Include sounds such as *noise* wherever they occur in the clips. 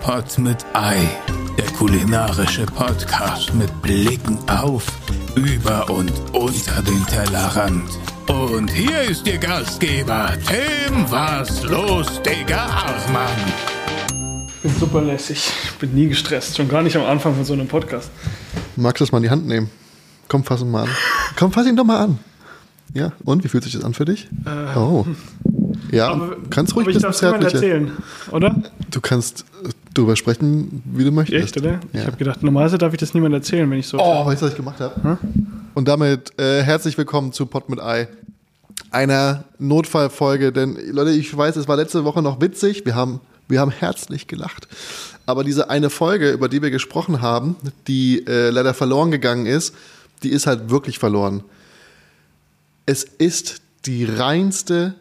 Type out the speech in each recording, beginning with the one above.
Pod mit Ei, der kulinarische Podcast mit Blicken auf, über und unter den Tellerrand. Und hier ist Ihr Gastgeber, Tim Was los, Digga Achmann. Ich bin super lässig. Ich bin nie gestresst. Schon gar nicht am Anfang von so einem Podcast. Magst du es mal in die Hand nehmen? Komm, fass ihn mal an. Komm, fass ihn doch mal an. Ja, und wie fühlt sich das an für dich? oh. Ja, kannst ruhig Äh, aber ich ein bisschen darf niemand zärtlicher. erzählen, oder? Du kannst äh, drüber sprechen, wie du möchtest. Echt, oder? Ich Ja. habe gedacht, normalerweise darf ich das niemand erzählen, wenn ich so. Oh, weißt du, was ich gemacht habe? Und damit äh, herzlich willkommen zu Pott mit Ei, einer Notfallfolge. Denn, Leute, ich weiß, es war letzte Woche noch witzig. Wir haben, wir haben herzlich gelacht. Aber diese eine Folge, über die wir gesprochen haben, die äh, leider verloren gegangen ist, die ist halt wirklich verloren. Es ist die reinste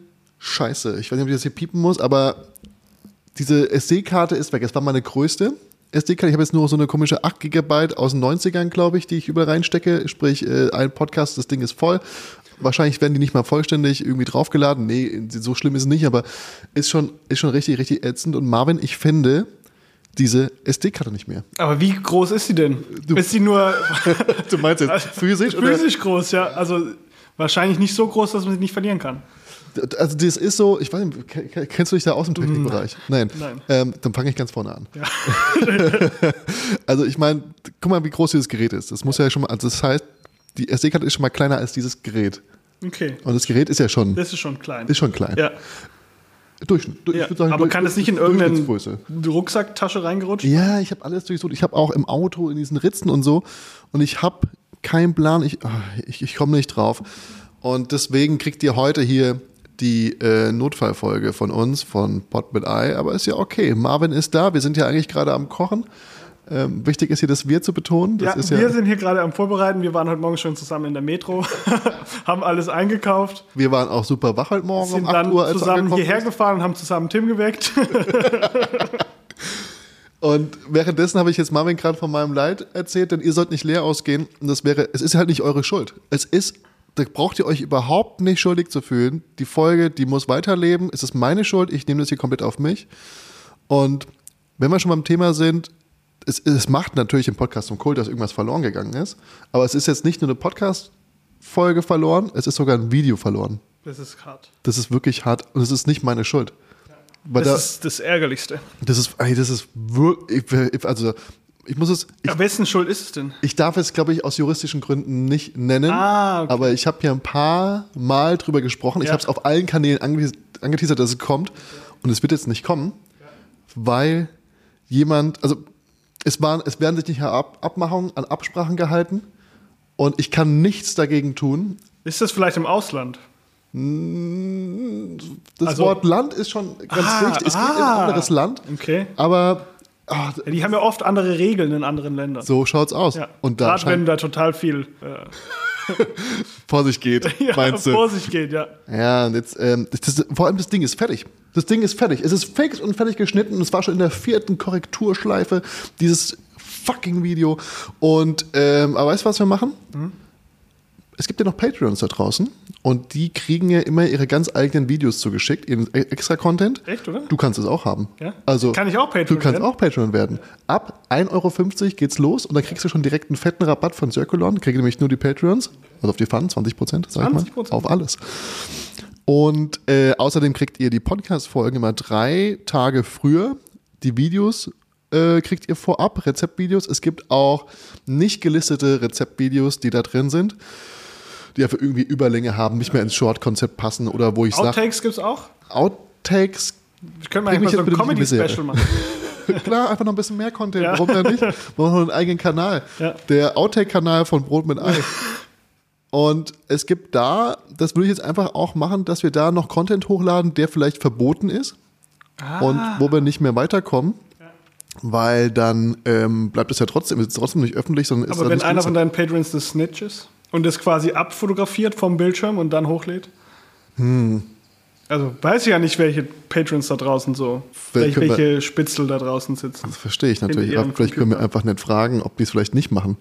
Scheiße. Ich weiß nicht, ob ich das hier piepen muss, aber diese SD-Karte ist weg. Es war meine größte SD-Karte. Ich habe jetzt nur so eine komische 8 GB aus den 90ern, glaube ich, die ich überall reinstecke. Sprich, äh, ein Podcast, das Ding ist voll. Wahrscheinlich werden die nicht mal vollständig irgendwie draufgeladen. Nee, so schlimm ist es nicht, aber ist schon, ist schon richtig, richtig ätzend. Und Marvin, ich finde diese SD-Karte nicht mehr. Aber wie groß ist sie denn? ist sie nur Du meinst jetzt *laughs* physisch? oder? physisch groß, ja? Also wahrscheinlich nicht so groß, dass man sie nicht verlieren kann. Also das ist so, ich weiß nicht, ke- ke- kennst du dich da aus im Technikbereich? Nein. Mm. Nein. Ähm, dann fange ich ganz vorne an. *laughs* also ich meine, guck mal, wie groß dieses Gerät ist. Das muss ja schon mal, also das heißt, die SD-Karte ist schon mal kleiner als dieses Gerät. Okay. Und das Gerät ist ja schon, Das ist schon klein. ist schon klein. ja, Durchschnitt. du- ich ja. würd sagen, aber durch- kann es nicht in durch- irgendeine Durchschnittsgröße. Rucksacktasche reingerutscht? Ja, ich habe alles durchsucht. Ich habe auch im Auto in diesen Ritzen und so. Und ich habe keinen Plan. Ich, ah, ich, ich komme nicht drauf. Und deswegen kriegt ihr heute hier die äh, Notfallfolge von uns, von Pot mit Ei. Aber ist ja okay. Marvin ist da. Wir sind ja eigentlich gerade am Kochen. Ähm, wichtig ist hier das Wir zu betonen. Das ja, ist wir ja, sind hier gerade am Vorbereiten. Wir waren heute Morgen schon zusammen in der Metro, *laughs* haben alles eingekauft, wir waren auch super wach heute Morgen sind um 8 dann Uhr. Als du zusammen angekommen hierher bist. gefahren und haben zusammen Tim geweckt. Und währenddessen habe ich jetzt Marvin gerade von meinem Leid erzählt, denn ihr sollt nicht leer ausgehen. Und das wäre, es ist halt nicht eure Schuld. Es ist, da braucht ihr euch überhaupt nicht schuldig zu fühlen. Die Folge, die muss weiterleben. Es ist meine Schuld. Ich nehme das hier komplett auf mich. Und wenn wir schon beim Thema sind, es, es macht natürlich im Podcast zum Kult, dass irgendwas verloren gegangen ist. Aber es ist jetzt nicht nur eine Podcast-Folge verloren, es ist sogar ein Video verloren. *laughs* Das ist hart. Das ist wirklich hart und es ist nicht meine Schuld. Weil Das da- ist das Ärgerlichste. das ist, ey, das ist wirklich, also ich muss es, ich, Ja, wessen Schuld ist es denn? ich darf es, glaube ich, aus juristischen Gründen nicht nennen, Ah, okay. aber ich habe hier ein paar Mal drüber gesprochen. Ich Ja. habe es auf allen Kanälen ange angeteasert, dass es kommt und es wird jetzt nicht kommen, weil jemand, also es, waren, es werden sich nicht an Ab Abmachungen, an Absprachen gehalten und ich kann nichts dagegen tun. Ist das vielleicht im Ausland? Das Also- Wort Land ist schon ganz Ah, wichtig. Es geht in ah. ein anderes Land, Okay. aber ah, Ja, die haben ja oft andere Regeln in anderen Ländern. so schaut's aus. ja. Und da Gerade scheint- wenn da total viel äh, *laughs* Vorsicht geht, ja, meinst du? vor sich geht, ja. Ja, und jetzt, ähm, das, das, vor allem das Ding ist fertig. Das Ding ist fertig. Es ist fix und fertig geschnitten und es war schon in der vierten Korrekturschleife dieses fucking Video. Und, ähm, aber weißt du, was wir machen? Hm? Es gibt ja noch Patreons da draußen und die kriegen ja immer ihre ganz eigenen Videos zugeschickt, ihren e- extra Content. Echt, oder? Du kannst es auch haben. Ja? Also, Kann ich auch Patreon Du kannst werden? auch Patreon werden. Ab 1,50 Euro geht's los und dann kriegst du schon direkt einen fetten Rabatt von Circulon. Kriegst nämlich nur die Patreons, also auf die Pfannen, 20 Prozent, sag ich mal. 20%. Auf alles. Und äh, außerdem kriegt ihr die Podcast-Folgen immer drei Tage früher. Die Videos äh, kriegt ihr vorab, Rezeptvideos. Es gibt auch nicht gelistete Rezeptvideos, die da drin sind, die einfach irgendwie Überlänge haben, nicht mehr ins Short-Konzept passen oder wo ich sage, Outtakes gibt's auch. Outtakes Ich könnte mal Bring einfach so mich jetzt ein bitte nicht in die Comedy-Special machen. Klar, einfach noch ein bisschen mehr Content. Ja. Warum denn *laughs* nicht? Wir machen einen eigenen Kanal. Ja. Der Outtake-Kanal von Brot *laughs* mit Ei. Und es gibt da, das würde ich jetzt einfach auch machen, dass wir da noch Content hochladen, der vielleicht verboten ist Ah. und wo wir nicht mehr weiterkommen. Weil dann ähm, bleibt es ja trotzdem, ist es trotzdem nicht öffentlich, sondern ist Aber dann wenn nicht einer von günstig. deinen Patrons das Snitch ist und das quasi abfotografiert vom Bildschirm und dann hochlädt? Hm. Also weiß ich ja nicht, welche Patrons da draußen so, Wer- welche, welche Spitzel da draußen sitzen. Das verstehe ich natürlich. ihrem Aber vielleicht können wir Computer. einfach nicht fragen, ob die es vielleicht nicht machen.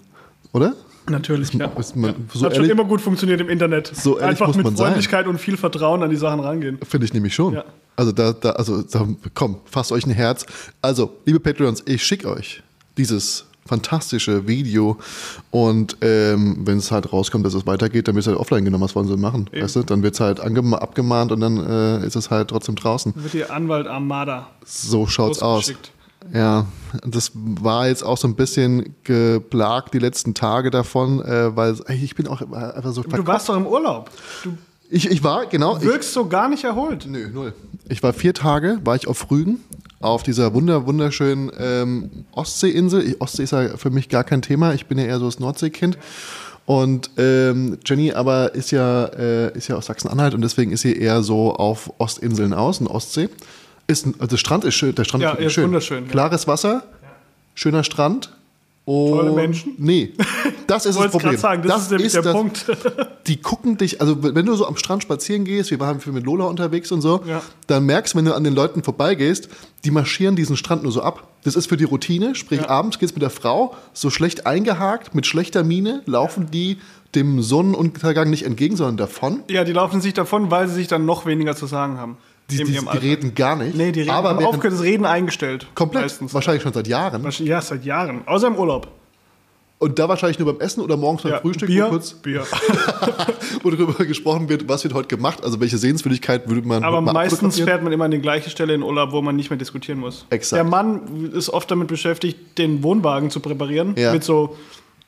Oder? Natürlich, ja. Ist man, so Hat schon ehrlich immer gut funktioniert im Internet. so ehrlich Einfach muss mit man sein. Freundlichkeit und viel Vertrauen an die Sachen rangehen. finde ich nämlich schon. Ja. Also da, da, also da, komm, fasst euch ein Herz. Also, liebe Patreons, ich schicke euch dieses fantastische Video und ähm, wenn es halt rauskommt, dass es weitergeht, dann wird es halt offline genommen. Was wollen sie machen? Weißt du? Dann wird es halt angema- abgemahnt und dann äh, ist es halt trotzdem draußen. Dann wird ihr Anwalt Armada. So schaut's aus. Losgeschickt. Ja, das war jetzt auch so ein bisschen geplagt die letzten Tage davon, äh, weil ey, ich bin auch äh, einfach so. Du warst doch im Urlaub. Du Ich, ich war, genau. Ich, wirkst so gar nicht erholt. nö, null. Ich war vier Tage, war ich auf Rügen, auf dieser wunder, wunderschönen ähm, Ostseeinsel. Ich, Ostsee ist ja für mich gar kein Thema. Ich bin ja eher so das Nordseekind. Und ähm, Jenny aber ist ja, äh, ist ja aus Sachsen-Anhalt und deswegen ist sie eher so auf Ostinseln aus, und Ostsee. Ist, ein- also der Strand ist schön, der Strand Ja, ist, wirklich ist schön. wunderschön, ja. Klares Wasser, schöner Strand. Und Tolle Menschen. Nee, das ist das Wollt's Problem. grad sagen, das ist nämlich der das- Punkt. die gucken dich, also wenn du so am Strand spazieren gehst, wir waren viel mit Lola unterwegs und so, Ja. dann merkst du, wenn du an den Leuten vorbeigehst, die marschieren diesen Strand nur so ab. Das ist für die Routine, sprich abends geht's mit der Frau, so schlecht eingehakt, mit schlechter Miene, laufen die dem Sonnenuntergang nicht entgegen, sondern davon. Ja, die laufen sich davon, weil sie sich dann noch weniger zu sagen haben. Die, in die, ihrem die Alter. reden gar nicht. Nee, die reden, aber haben während- aufgehört, das Reden eingestellt. komplett, Meistens. wahrscheinlich schon seit Jahren. Ja, seit Jahren. Außer im Urlaub. Und da wahrscheinlich nur beim Essen oder morgens beim Ja, Frühstück wo Bier, kurz, *laughs* Bier. *laughs* wo darüber *laughs* gesprochen wird, was wird heute gemacht, also welche Sehenswürdigkeit würde man Aber heute mal meistens abfotografieren? fährt man immer an die gleiche Stelle in Urlaub, wo man nicht mehr diskutieren muss. Exakt. Der Mann ist oft damit beschäftigt, den Wohnwagen zu präparieren. Ja. Mit so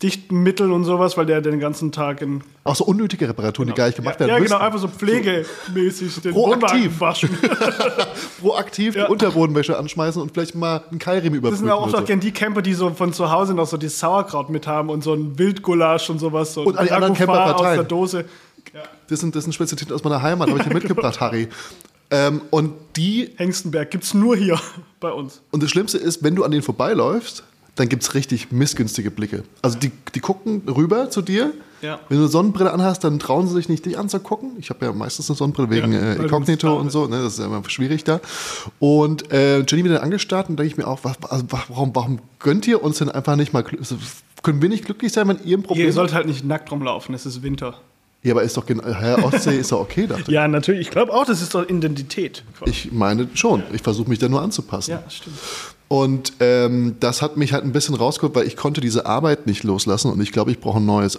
dichten Mitteln und sowas, weil der den ganzen Tag in. Auch so unnötige Reparaturen, die gar nicht gemacht ja, werden ja, müssen. genau, einfach so pflegemäßig den Wohnwagen Proaktiv. *laughs* waschen. proaktiv Ja. die Unterbodenwäsche anschmeißen und vielleicht mal einen Keilriemen Das überprüfen. sind auch oder oft so. gerne die Camper, die so von zu Hause noch so die Sauerkraut mit haben und so ein Wildgulasch und sowas. So Und an die ein anderen Camper Ragoufard aus verteilen. der Dose. das sind, das sind Spezialitäten aus meiner Heimat, habe ich *laughs* dir mitgebracht, Harry. Ähm, und die, Hengstenberg gibt's nur hier *laughs* bei uns. und das Schlimmste ist, wenn du an denen vorbeiläufst, dann gibt es richtig missgünstige Blicke. Also die, die gucken rüber zu dir. Ja. Wenn du eine Sonnenbrille anhast, dann trauen sie sich nicht, dich anzugucken. Ich habe ja meistens eine Sonnenbrille wegen Ja, äh, weil du Inkognito ein Star und so. Ne? Das ist ja immer schwierig da. Und äh, Jenny wieder angestarrt und denke ich mir auch, was, also, warum, warum gönnt ihr uns denn einfach nicht mal... gl- also, Können wir nicht glücklich sein, wenn ihr ein Problem Ihr sollt halt nicht nackt rumlaufen, es ist Winter. Ja, aber ist doch genau. Herr Ostsee ist doch okay, *laughs* dachte Ja, natürlich. Ich glaube auch, das ist doch Identität. ich. Ich meine schon. Ich versuche mich da nur anzupassen. Ja, stimmt. Und ähm, das hat mich halt ein bisschen rausgeholt, weil ich konnte diese Arbeit nicht loslassen und ich glaube, ich brauche ein neues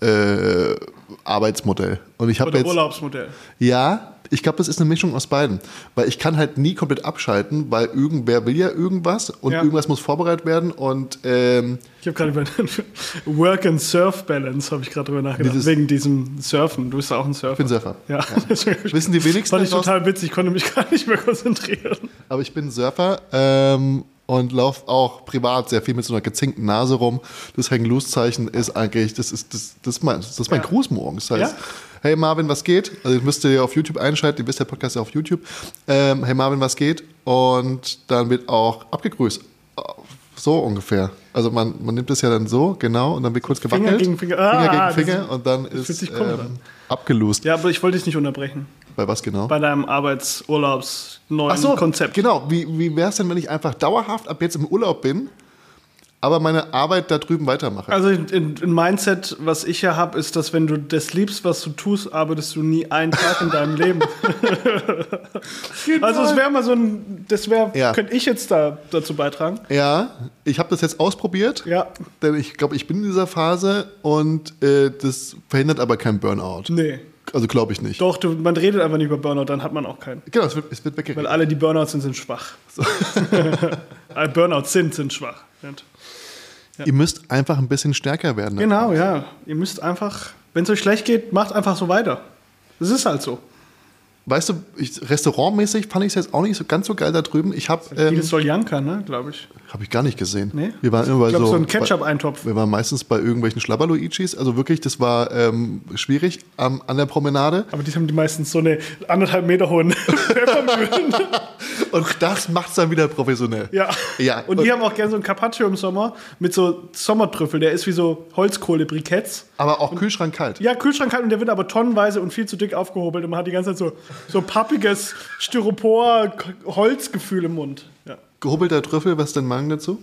äh, Arbeitsmodell. Und ich habe Oder jetzt. Urlaubsmodell. Ja, ich glaube, das ist eine Mischung aus beiden. Weil ich kann halt nie komplett abschalten, weil irgendwer will ja irgendwas und Ja. irgendwas muss vorbereitet werden und ähm, Ich habe gerade über *laughs* Work and Surf Balance habe ich gerade drüber nachgedacht Dieses- wegen diesem Surfen. Du bist ja auch ein Surfer. ich bin Surfer. ja. *laughs* Wissen die wenigsten Fand ich da draußen? total witzig. Ich konnte mich *laughs* gar nicht mehr konzentrieren. Aber ich bin Surfer ähm, und laufe auch privat sehr viel mit so einer gezinkten Nase rum. Das Hang-Loose-Zeichen ist eigentlich, das ist, das, das ist mein, das ist mein Ja. Gruß morgens. Das heißt, Ja. hey Marvin, was geht? Also ihr müsst ihr auf YouTube einschalten, ihr wisst, der Podcast ist auf YouTube. Ähm, hey Marvin, was geht? Und dann wird auch abgegrüßt. So ungefähr. Also man, man nimmt es ja dann so, genau, und dann wird kurz gewackelt. gegen Finger. Finger Ah, gegen das Finger ist- und dann das fühlt ist sich komisch ähm, an. abgelost. Ja, aber ich wollte dich nicht unterbrechen Bei was genau? bei deinem Arbeitsurlaubs neuen Ach so, Konzept. Genau, wie, wie wäre es denn, wenn ich einfach dauerhaft ab jetzt im Urlaub bin, aber meine Arbeit da drüben weitermache? Also in, in Mindset, was ich ja habe, ist, dass wenn du das liebst, was du tust, arbeitest du nie einen Tag in deinem *laughs* Leben. also es wäre mal so ein, das wäre, Ja. könnte ich jetzt da dazu beitragen. ja, ich habe das jetzt ausprobiert, Ja, denn ich glaube, ich bin in dieser Phase und äh, das verhindert aber keinen Burnout. nee. Also glaube ich nicht. Doch, du, man redet einfach nicht über Burnout, dann hat man auch keinen. Genau, es wird, es wird Weil weggeredet. alle, die Burnouts sind, sind schwach. *laughs* Alle Burnouts sind, sind schwach. Ihr müsst einfach ein bisschen stärker werden. Genau, ja. Ihr müsst einfach, wenn es euch schlecht geht, macht einfach so weiter. Das ist halt so. Weißt du, ich, restaurantmäßig fand ich es jetzt auch nicht so ganz so geil da drüben. Ich habe Viele ähm, Soljanka, ne, glaube ich. hab ich gar nicht gesehen. Nee? Wir waren immer bei Ich glaube, so, so ein bei- Ketchup-Eintopf. Wir waren meistens bei irgendwelchen Schlabberluigis. Also wirklich, das war ähm, schwierig am, an der Promenade. Aber die haben die meistens so eine anderthalb Meter hohen *laughs* Pfeffermühlen. Und das macht's dann wieder professionell. ja. Ja. Und die haben auch gerne so einen Carpaccio im Sommer mit so Sommertrüffel. Der ist wie so Holzkohle-Briketts. aber auch Kühlschrank kalt. Ja, Kühlschrank halt und der wird aber tonnenweise und viel zu dick aufgehobelt und man hat die ganze Zeit so, so pappiges Styropor-Holzgefühl im Mund. Ja. Gehobelter Trüffel, was ist dein Magen dazu?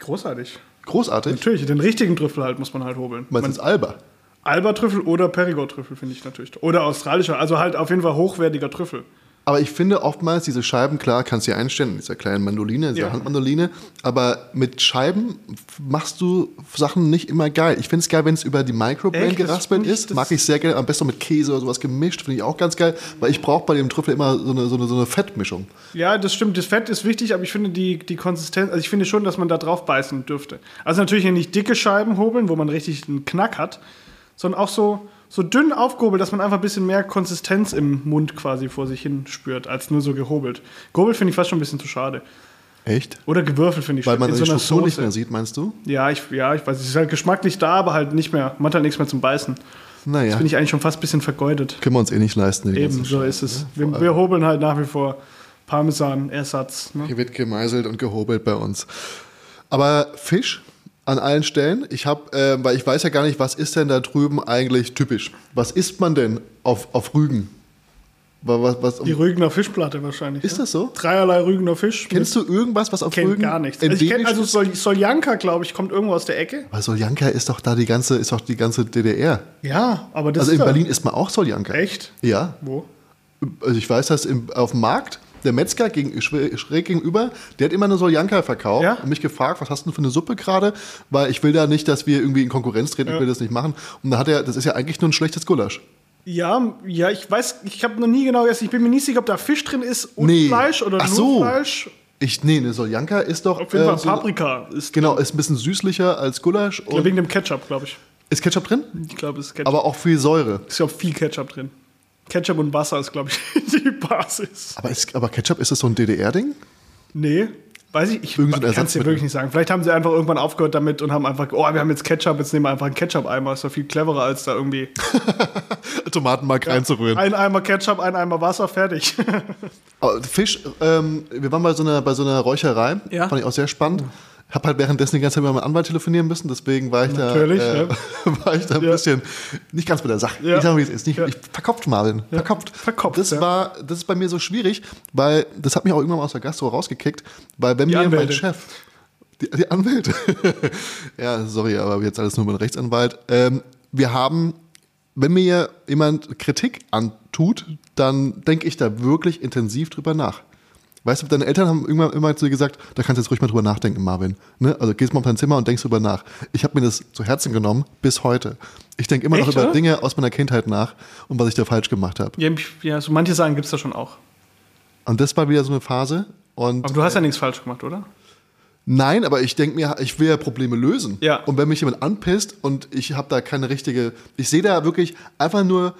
Großartig. Großartig. Natürlich, den richtigen Trüffel halt muss man halt hobeln. Meistens Alba. Alba-Trüffel oder Perigord-Trüffel finde ich natürlich. Oder australischer, also halt auf jeden Fall hochwertiger Trüffel. Aber ich finde oftmals diese Scheiben, klar, kannst du dir einstellen, in dieser kleinen Mandoline, dieser Ja. Handmandoline. Aber mit Scheiben f- machst du Sachen nicht immer geil. Ich finde es geil, wenn es über die Microblend Echt? Das geraspelt find ich- ist. das- Mag ich sehr gerne. Am besten mit Käse oder sowas gemischt. Finde ich auch ganz geil. Weil ich brauche bei dem Trüffel immer so eine, so eine, so eine Fettmischung. Ja, das stimmt. Das Fett ist wichtig, aber ich finde die, die Konsistenz, also ich finde schon, dass man da drauf beißen dürfte. Also natürlich hier nicht dicke Scheiben hobeln, wo man richtig einen Knack hat, sondern auch so, so dünn aufgehobelt, dass man einfach ein bisschen mehr Konsistenz im Mund quasi vor sich hin spürt, als nur so gehobelt. Gehobelt finde ich fast schon ein bisschen zu schade. Echt? Oder gewürfelt finde ich Weil man in die so einer Struktur Soße. nicht mehr sieht, meinst du? Ja, ich, ja, ich weiß, es ist halt geschmacklich da, aber halt nicht mehr. Man hat halt nichts mehr zum Beißen. Naja, Das bin ich eigentlich schon fast ein bisschen vergeudet. können wir uns eh nicht leisten. die Eben, ganzen so Scheiben, ist es. ne? Wir, wir hobeln halt nach wie vor Parmesan-Ersatz. Ne? Hier wird gemeißelt und gehobelt bei uns. Aber Fisch an allen Stellen. Ich habe, äh, weil ich weiß ja gar nicht, was ist denn da drüben eigentlich typisch? Was isst man denn auf, auf Rügen? Wa- Was, was, Die Rügener Fischplatte wahrscheinlich. Ist ne? das so? Dreierlei Rügener Fisch. kennst du irgendwas, was auf kenn Rügen gar nichts. Also ich kenn, endemisch also ist? Sol Soljanka, glaube ich, kommt irgendwo aus der Ecke. Weil Soljanka ist doch da die ganze, ist doch die ganze DDR. Ja, aber das Also ist in da- Berlin isst man auch Soljanka. Echt? Ja. Wo? Also ich weiß, dass im, auf dem Markt der Metzger gegen, schräg schräg gegenüber, der hat immer eine Soljanka verkauft Ja? und mich gefragt, was hast du denn für eine Suppe gerade? Weil ich will da nicht, dass wir irgendwie in Konkurrenz treten, ich will das nicht machen. Und da hat er, das ist ja eigentlich nur ein schlechtes Gulasch. Ja, ja, ich weiß, ich habe noch nie genau gegessen. Ich bin mir nicht sicher, ob da Fisch drin ist und Fleisch oder Ach nur so. Fleisch. Ich, nee, eine Soljanka ist doch. äh, Auf jeden Fall so- Paprika ist Genau, ist ein bisschen süßlicher als Gulasch. ja, Und wegen dem Ketchup, glaube ich. ist Ketchup drin? Ich glaube, es ist Ketchup. Aber auch viel Säure. ich glaube, viel Ketchup drin. Ketchup und Wasser ist, glaube ich, *laughs* die Basis. Aber, ist, aber Ketchup, ist das so ein DDR-Ding? Nee, weiß ich, ich Irgend kann es so ein dir Ersatzmittel. wirklich nicht sagen. Vielleicht haben sie einfach irgendwann aufgehört damit und haben einfach, oh, wir haben jetzt Ketchup, jetzt nehmen wir einfach einen Ketchup-Eimer. Ist doch viel cleverer, als da irgendwie Tomatenmark reinzurühren. ein Eimer Ketchup, ein Eimer Wasser, fertig. *laughs* Aber Oh, Fisch, ähm, wir waren bei so einer, bei so einer Räucherei, Ja. fand ich auch sehr spannend. Hab halt währenddessen die ganze Zeit mit meinem Anwalt telefonieren müssen, deswegen war ich Natürlich, da, äh, ja. *laughs* war ich da ein Ja. bisschen nicht ganz bei der Sache. Ja. Ich sag mal, wie es ist. Nicht, Ja. ich, verkopft Marvin, verkopft. verkopft, Das ja. war, das ist bei mir so schwierig, weil das hat mich auch irgendwann mal aus der Gastro rausgekickt, weil wenn mir mein Anwälte. Chef, die, die Anwälte, *laughs* ja, sorry, aber jetzt alles nur mit Rechtsanwalt. Ähm, wir haben wenn mir jemand Kritik antut, dann denke ich da wirklich intensiv drüber nach. Weißt du, deine Eltern haben irgendwann immer zu dir gesagt, da kannst du jetzt ruhig mal drüber nachdenken, Marvin. Ne? Also gehst mal auf dein Zimmer und denkst drüber nach. Ich habe mir das zu Herzen genommen bis heute. Ich denke immer noch Echt, über oder? Dinge aus meiner Kindheit nach und was ich da falsch gemacht habe. ja, ja, so manche Sachen gibt es da schon auch. Und das war wieder so eine Phase. Und Aber du hast ja nichts falsch gemacht, oder? Nein, aber ich denke mir, ich will ja Probleme lösen. Ja. Und wenn mich jemand anpisst und ich habe da keine richtige, ich sehe da wirklich einfach nur,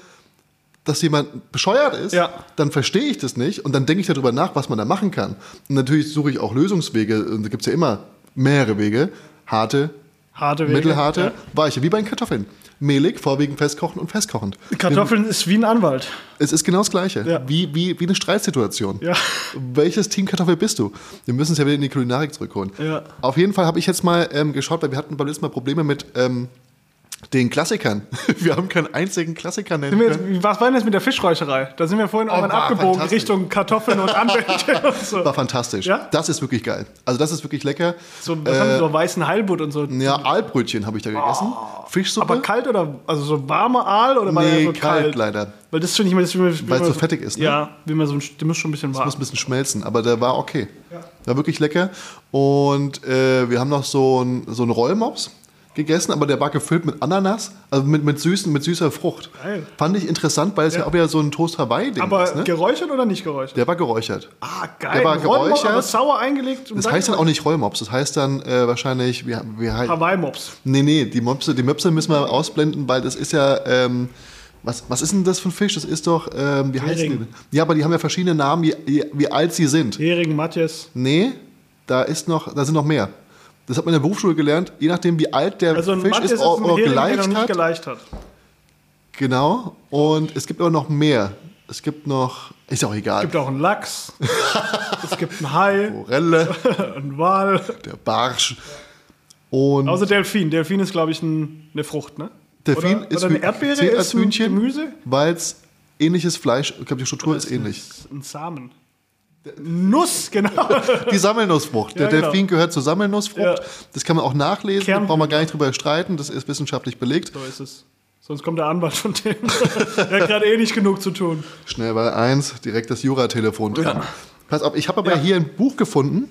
dass jemand bescheuert ist, Ja. dann verstehe ich das nicht und dann denke ich darüber nach, was man da machen kann. Und natürlich suche ich auch Lösungswege, und da gibt es ja immer mehrere Wege, harte, Harte Wege. mittelharte, Ja. weiche, wie bei den Kartoffeln. Mehlig, vorwiegend festkochen und festkochend. Kartoffeln ist wie ein Anwalt. Es ist genau das Gleiche, Ja. wie, wie, wie eine Streitsituation. Ja. Welches Team Kartoffel bist du? Wir müssen es ja wieder in die Kulinarik zurückholen. Ja. Auf jeden Fall habe ich jetzt mal ähm, geschaut, weil wir hatten beim letzten Mal Probleme mit ähm, den Klassikern. *laughs* Wir haben keinen einzigen Klassiker nennen Sind wir können. jetzt, was war denn jetzt mit der Fischräucherei? Da sind wir vorhin irgendwann Oh, war abgebogen fantastisch. Richtung Kartoffeln und *laughs* Anwälte und so. War fantastisch. Ja? Das ist wirklich geil. Also das ist wirklich lecker. So, was haben Äh, die, so weißen Heilbutt und so. Ah. Ja, Aalbrötchen habe ich da gegessen. Fischsuppe. Aber kalt oder, also so warmer Aal oder war Nee, der so kalt kalt? leider. Weil das finde ich mal, das will man- will Weil es man- so fettig ist, ne? Ja, will man so, ein- die muss schon ein bisschen warm. muss ein bisschen schmelzen, aber der war okay. War wirklich lecker. Und äh, wir haben noch so einen so einen Rollmops gegessen, aber der war gefüllt mit Ananas, also mit, mit, süßen, mit süßer Frucht. Geil. Fand ich interessant, weil es ja, auch wieder so ein Toast Hawaii-Ding aber ist. Ne? geräuchert oder nicht geräuchert? Der war geräuchert. ah, geil. der war Rollmops, geräuchert. aber sauer eingelegt. Und Das heißt dann auch nicht Rollmops, das heißt dann äh, wahrscheinlich, wir, wir halt, Hawaii-Mops. Nee, nee, die Möpse, die Möpse müssen wir ausblenden, weil das ist ja. Ähm, was, was ist denn das für ein Fisch? Das ist doch. Ähm, wie heißen die Hering. denn? Ja, aber die haben ja verschiedene Namen, je, je, wie alt sie sind. Hering, Matthias. Nee, da ist noch, da sind noch mehr. Das hat man in der Berufsschule gelernt, je nachdem wie alt der Also ein Fisch Matthias ist, ob er der noch geleicht nicht hat. geleicht hat. Genau. Und es gibt aber noch mehr. Es gibt noch, ist auch Es egal. gibt auch einen *laughs* Lachs. es gibt einen Hai, Forelle, *laughs* einen Wal. der Barsch. Und Außer Delfin. Delfin ist, glaube ich, ein, eine Frucht, ne? Delfin oder, ist oder eine Hü- Erdbeere zählt als ist ein Hühnchen, Gemüse. weil es ähnliches Fleisch, ich glaube die Struktur ist ähnlich. Ist ein Samen. Nuss, genau. Die Sammelnussfrucht. Ja, der genau. Delfin gehört zur Sammelnussfrucht. Ja. Das kann man auch nachlesen, da Kernblüter. brauchen wir gar nicht drüber streiten, das ist wissenschaftlich belegt. So ist es. Sonst kommt der Anwalt von dem. *laughs* der hat gerade eh nicht genug zu tun. Schnell bei eins, direkt das Juratelefon dran. Pass auf, ich habe aber Ja. hier ein Buch gefunden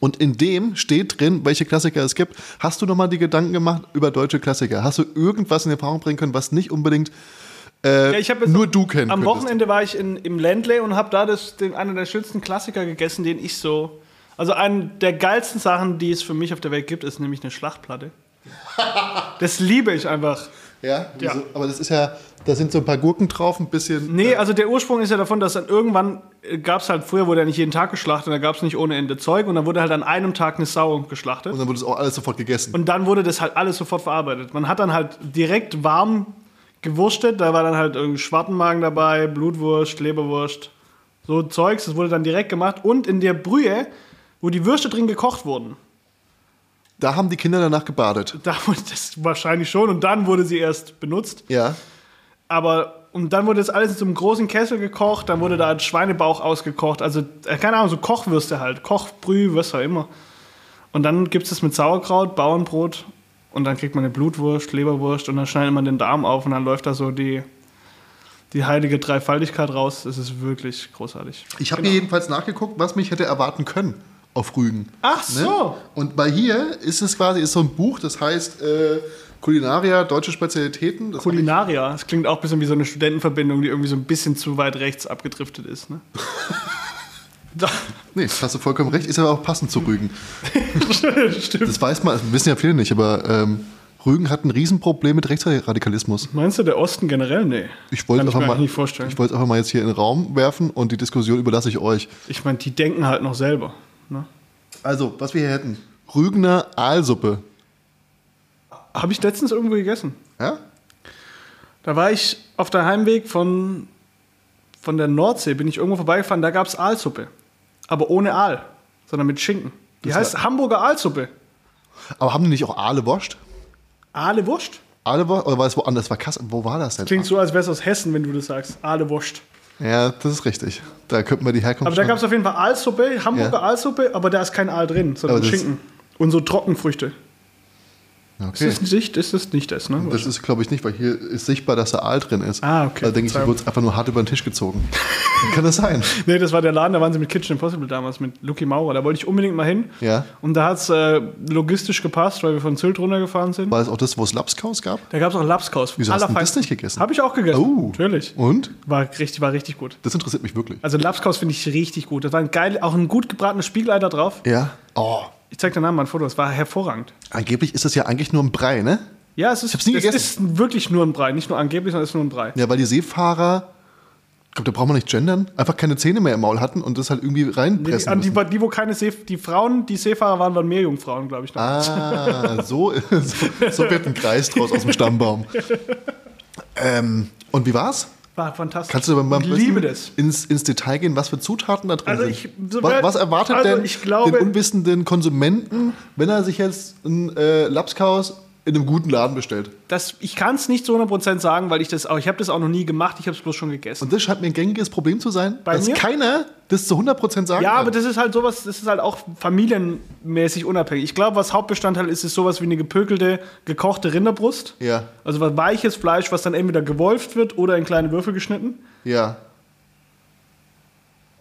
und in dem steht drin, welche Klassiker es gibt. Hast du nochmal die Gedanken gemacht über deutsche Klassiker? Hast du irgendwas in Erfahrung bringen können, was nicht unbedingt äh, Ja, ich hab jetzt nur du kennen Am könntest? Wochenende war ich in, im Ländle und habe da das, den, einen der schönsten Klassiker gegessen, den ich so. Also einen der geilsten Sachen, die es für mich auf der Welt gibt, ist nämlich eine *laughs* Schlachtplatte. Das liebe ich einfach. Ja, wieso? Ja. aber das ist ja, da sind so ein paar Gurken drauf, ein bisschen. Nee, also der Ursprung ist ja davon, dass dann irgendwann gab es halt, früher wurde ja nicht jeden Tag geschlachtet, da gab es nicht ohne Ende Zeug und dann wurde halt an einem Tag eine Sau geschlachtet. Und dann wird es auch alles sofort gegessen. Und dann wurde das halt alles sofort verarbeitet. Man hat dann halt direkt warm gewurstet. Da war dann halt irgendwie Schwartenmagen dabei, Blutwurst, Leberwurst, so Zeugs. Das wurde dann direkt gemacht. Und in der Brühe, wo die Würste drin gekocht wurden, *laughs* da haben die Kinder danach gebadet. da wurde das wahrscheinlich schon. Und dann wurde sie erst benutzt. Ja. Aber und dann wurde das alles in so einem großen Kessel gekocht. Dann wurde da ein Schweinebauch ausgekocht. Also äh, keine Ahnung, so Kochwürste halt. Kochbrühe, was auch immer. Und dann gibt es das mit Sauerkraut, Bauernbrot. Und dann kriegt man eine Blutwurst, Leberwurst. Und dann schneidet man den Darm auf. Und dann läuft da so die, die heilige Dreifaltigkeit raus. Es ist wirklich großartig. Ich habe hier jedenfalls nachgeguckt, was mich hätte erwarten können auf Rügen. Ne? Ach so. Und bei hier ist es quasi ist so ein Buch, das heißt äh, Kulinaria, deutsche Spezialitäten. Das hab ich- Kulinaria. Das klingt auch ein bisschen wie so eine Studentenverbindung, die irgendwie so ein bisschen zu weit rechts abgedriftet ist. Ne? *laughs* Da- Nee, hast du vollkommen recht, ist aber auch passend zu Rügen. *laughs* Stimmt. Das weiß man, das wissen ja viele nicht, aber ähm, Rügen hat ein Riesenproblem mit Rechtsradikalismus. Meinst du der Osten generell? Nee. Ich wollte Kann es ich mir einfach, eigentlich mal- nicht vorstellen. ich wollte es einfach mal jetzt hier in den Raum werfen und die Diskussion überlasse ich euch. Ich meine, die denken halt noch selber. Ne? Also, was wir hier hätten. Rügener Aalsuppe. Habe ich letztens irgendwo gegessen. Ja? Da war ich auf der Heimweg von, von der Nordsee, bin ich irgendwo vorbeigefahren, da gab es Aalsuppe. Aber ohne Aal, sondern mit Schinken. Die heißt Hamburger Aalsuppe. Aber haben die nicht auch Aale wascht? Aale Wurst? Aale wascht? Oder war es woanders? War Kass Wo war das denn? Klingt so, als wär's aus Hessen, wenn du das sagst. Aale Wurst. Ja, das ist richtig. Da könnten wir die Herkunft Aber da schon- gab es auf jeden Fall Aalsuppe, Hamburger Ja. Aalsuppe, aber da ist kein Aal drin, sondern Aber das- Schinken. Und so Trockenfrüchte. Okay. Ist, das nicht, ist das nicht das, ne? Das ist, glaube ich, nicht, weil hier ist sichtbar, dass der Aal drin ist. Ah, okay. Da denke ich, hier wurde es einfach nur hart über den Tisch gezogen. Kann das sein? Nee, das war der Laden, da waren sie mit Kitchen Impossible damals, mit Lucky Maurer. Da wollte ich unbedingt mal hin. Ja. Und da hat's äh, logistisch gepasst, weil wir von Sylt runtergefahren sind. War es auch das, wo es Lapskaus gab? Da gab's auch Lapskaus. Wieso hast du das nicht gegessen? Habe ich auch gegessen. Oh. Natürlich. Und? War richtig, war richtig gut. Das interessiert mich wirklich. Also Lapskaus finde ich richtig gut. Das war ein geil, auch ein gut gebratenes Spiegelei da drauf. Ja. Oh, Ich zeig dir nachher mal ein Foto, das war hervorragend. angeblich ist das ja eigentlich nur ein Brei, ne? Ja, es ist, hab's nie es gegessen. ist wirklich nur ein Brei. Nicht nur angeblich, sondern es ist nur ein Brei. Ja, weil die Seefahrer, ich glaube, da braucht man nicht gendern, einfach keine Zähne mehr im Maul hatten und das halt irgendwie Nee, die, reinpressen an die, müssen. die, wo keine See, die Frauen, die Seefahrer waren, waren Meerjungfrauen, glaube ich. Noch. Ah, so, *laughs* so, so wird ein Kreis draus aus *laughs* dem Stammbaum. ähm, und wie war's? War fantastisch. Kannst du aber mal ein ich liebe bisschen das. Ins, ins Detail gehen, was für Zutaten da drin Also sind? ich- so was, wär- was erwartet also denn ich glaube- den unwissenden Konsumenten, wenn er sich jetzt ein äh, Lapskaus in einem guten Laden bestellt? Das, ich kann es nicht zu 100% sagen, weil ich das auch, ich habe das auch noch nie gemacht, ich habe es bloß schon gegessen. Und das scheint mir ein gängiges Problem zu sein, Bei dass mir? keiner das zu 100% sagen Ja, kann. aber das ist halt sowas, das ist halt auch familienmäßig unabhängig. Ich glaube, was Hauptbestandteil ist, ist sowas wie eine gepökelte, gekochte Rinderbrust. ja, Also was weiches Fleisch, was dann entweder gewolft wird oder in kleine Würfel geschnitten. ja.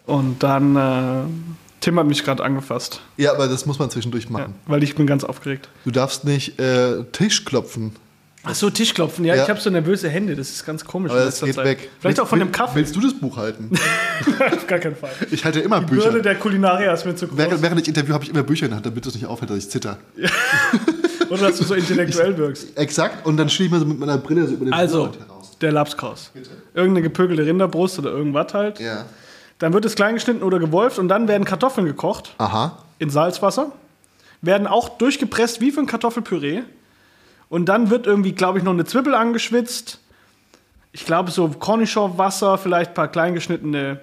Und dann, äh, Tim hat mich gerade angefasst, Ja, aber das muss man zwischendurch ja, machen. weil ich bin ganz aufgeregt. Du darfst nicht äh, Tisch klopfen. Ach so, Tischklopfen, ja, Ja. ich habe so nervöse Hände, das ist ganz komisch. Aber in das letzter geht Zeit. weg. Vielleicht auch von Willst- dem Kaffee, Willst du das Buch halten? *laughs* auf gar keinen Fall. Ich halte immer Die Bürde Bücher. der Kulinaria ist mir zu groß. Während, während ich interview, habe ich immer Bücher in der Hand, damit es nicht auffällt, dass ich zitter. Oder dass du *laughs* so intellektuell wirkst. Exakt, und dann schiebe ich mir so mit meiner Brille so über den Also, Buchrand heraus. der Lapskaus. Irgendeine gepökelte Rinderbrust oder irgendwas halt. Ja. Dann wird es klein geschnitten oder gewolft und dann werden Kartoffeln gekocht Aha. in Salzwasser. Werden auch durchgepresst wie für ein Kartoffelpüree. Und dann wird irgendwie, glaube ich, noch eine Zwiebel angeschwitzt. Ich glaube, so Cornichon-Wasser, vielleicht ein paar kleingeschnittene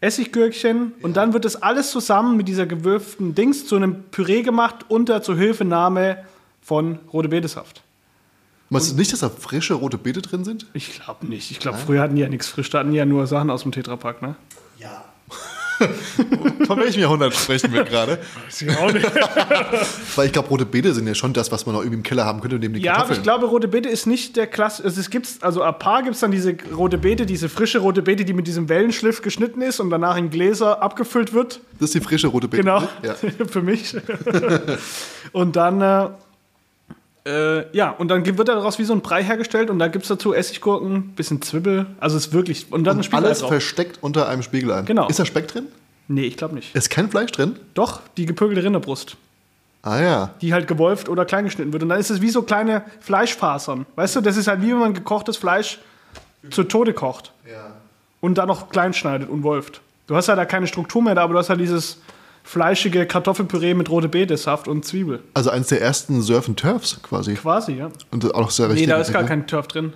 Essiggürkchen. Und dann wird das alles zusammen mit dieser gewürften Dings zu einem Püree gemacht unter Zuhilfenahme von Rote Betesaft. Meinst du nicht, dass da frische rote Beete drin sind? Ich glaube nicht. Ich glaube, früher hatten die ja nichts frisch. Da hatten die ja nur Sachen aus dem Tetrapack, ne? Ja. *laughs* Von welchem Jahrhundert sprechen wir gerade? Weiß ich auch *laughs* nicht. Weil ich glaube, rote Beete sind ja schon das, was man noch irgendwie im Keller haben könnte, neben den Ja, aber Kartoffeln. ich glaube, rote Beete ist nicht der Klasse. Also es gibt's, also ab paar gibt's dann diese rote Beete, diese frische rote Beete, die mit diesem Wellenschliff geschnitten ist und danach in Gläser abgefüllt wird. das ist die frische rote Beete. Genau. ne? Ja. *laughs* Für mich. und dann, äh, äh, ja, und dann wird daraus wie so ein Brei hergestellt und da gibt's dazu Essiggurken, bisschen Zwiebel. Also es ist wirklich. Und dann ein Und Spiegelei alles drauf. versteckt unter einem Spiegelei. Genau. Ist da Speck drin? Nee, ich glaube nicht. Ist kein Fleisch drin? Doch, die gepökelte Rinderbrust. Ah ja. die halt gewolft oder klein geschnitten wird. Und dann ist es wie so kleine Fleischfasern. Weißt du, das ist halt wie wenn man gekochtes Fleisch zu Tode kocht und dann noch klein schneidet und wolft. Du hast halt da keine Struktur mehr da, aber du hast halt dieses fleischige Kartoffelpüree mit rote Beetesaft und Zwiebel. Also eines der ersten Surf and Turfs quasi. Quasi, ja. Und auch noch sehr Nee, richtig. da ist gar ne? kein Turf drin.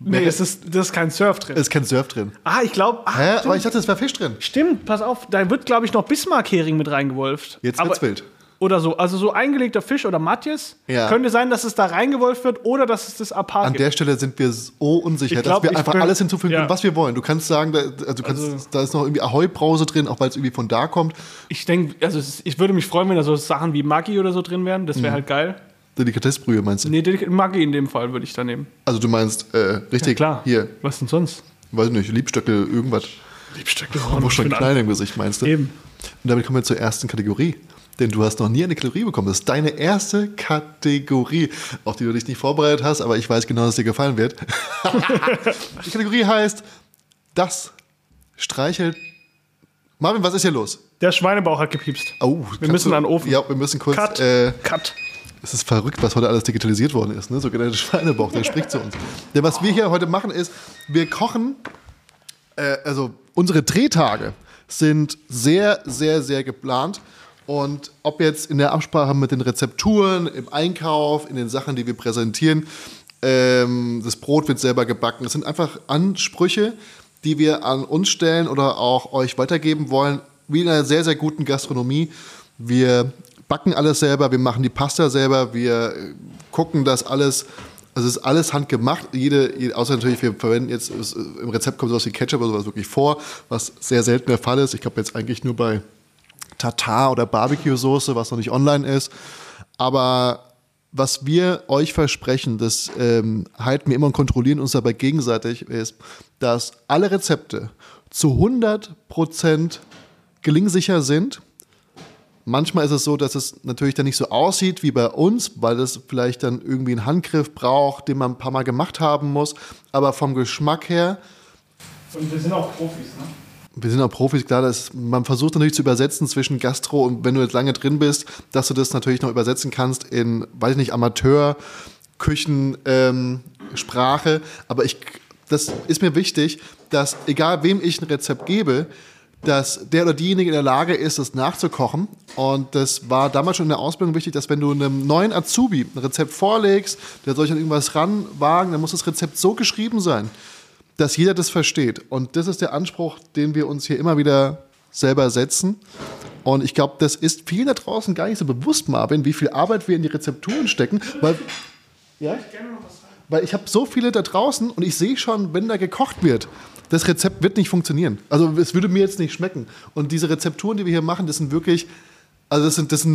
Nee, es ist, das ist kein Surf drin. Ist kein Surf drin. Ah, ich glaube. Hä? Aber ich dachte, es wäre Fisch drin. Stimmt, pass auf, da wird, glaube ich, noch Bismarck-Hering mit reingewolft. Jetzt Aber- wird's wild. Oder so. Also so eingelegter Fisch oder Matjes. Ja. Könnte sein, dass es da reingewolft wird oder dass es das apart An gibt. der Stelle sind wir so unsicher, Ich glaub, dass wir ich einfach bin- alles hinzufügen ja. können, was wir wollen. Du kannst sagen, da, also du kannst, Also- da ist noch irgendwie Ahoi-Brause drin, auch weil es irgendwie von da kommt. Ich denke, also es- ich würde mich freuen, wenn da so Sachen wie Maggi oder so drin wären. Das wäre Mhm. halt geil. Delikatessbrühe meinst du? Nee, den- Maggi in dem Fall würde ich da nehmen. Also du meinst, äh, richtig, Klar. hier, Was denn sonst? weiß nicht, Liebstöckel, irgendwas. Liebstöcke. Wo schon Knall im Gesicht meinst du? Eben. Und damit kommen wir zur ersten Kategorie. Denn du hast noch nie eine Kategorie bekommen. Das ist deine erste Kategorie, auf die du dich nicht vorbereitet hast, aber ich weiß genau, dass dir gefallen wird. *laughs* die Kategorie heißt Das streichelt. Marvin, was ist hier los? Der Schweinebauch hat gepiepst. Oh, kannst müssen du, an den Ofen. Ja, wir müssen kurz. Cut. Äh, Cut. es ist verrückt, was heute alles digitalisiert worden ist. Ne? So der Schweinebauch, der spricht zu uns. Denn was wir hier heute machen ist, wir kochen. Äh, also unsere Drehtage sind sehr, sehr, sehr geplant. Und ob jetzt in der Absprache mit den Rezepturen, im Einkauf, in den Sachen, die wir präsentieren, ähm, das Brot wird selber gebacken. Das sind einfach Ansprüche, die wir an uns stellen oder auch euch weitergeben wollen, wie in einer sehr, sehr guten Gastronomie. Wir backen alles selber, wir machen die Pasta selber, wir äh, gucken, dass alles, also es ist alles handgemacht. Jede, jede, außer natürlich, wir verwenden jetzt, es- im Rezept kommt sowas wie Ketchup oder sowas wirklich vor, was sehr selten der Fall ist. Ich glaube jetzt eigentlich nur bei Tatar oder Barbecue-Soße, was noch nicht online ist. Aber was wir euch versprechen, das ähm, halten wir immer und kontrollieren uns dabei gegenseitig, ist, dass alle Rezepte zu 100% gelingsicher sind. Manchmal ist es so, dass es natürlich dann nicht so aussieht wie bei uns, weil es vielleicht dann irgendwie einen Handgriff braucht, den man ein paar Mal gemacht haben muss. Aber vom Geschmack her Und wir sind auch Profis, ne? wir sind auch Profis, klar, dass man versucht natürlich zu übersetzen zwischen Gastro und wenn du jetzt lange drin bist, dass du das natürlich noch übersetzen kannst in, weiß ich nicht, Amateur, Küchen, ähm, Sprache. Aber ich, das ist mir wichtig, dass egal wem ich ein Rezept gebe, dass der oder diejenige in der Lage ist, das nachzukochen. Und das war damals schon in der Ausbildung wichtig, dass wenn du einem neuen Azubi ein Rezept vorlegst, der soll sich an irgendwas ranwagen, dann muss das Rezept so geschrieben sein, dass jeder das versteht. Und das ist der Anspruch, den wir uns hier immer wieder selber setzen. Und ich glaube, das ist vielen da draußen gar nicht so bewusst, Marvin, wie viel Arbeit wir in die Rezepturen stecken. Weil, ja? weil ich habe so viele da draußen und ich sehe schon, wenn da gekocht wird, das Rezept wird nicht funktionieren. Also es würde mir jetzt nicht schmecken. Und diese Rezepturen, die wir hier machen, das sind wirklich, also das sind, das sind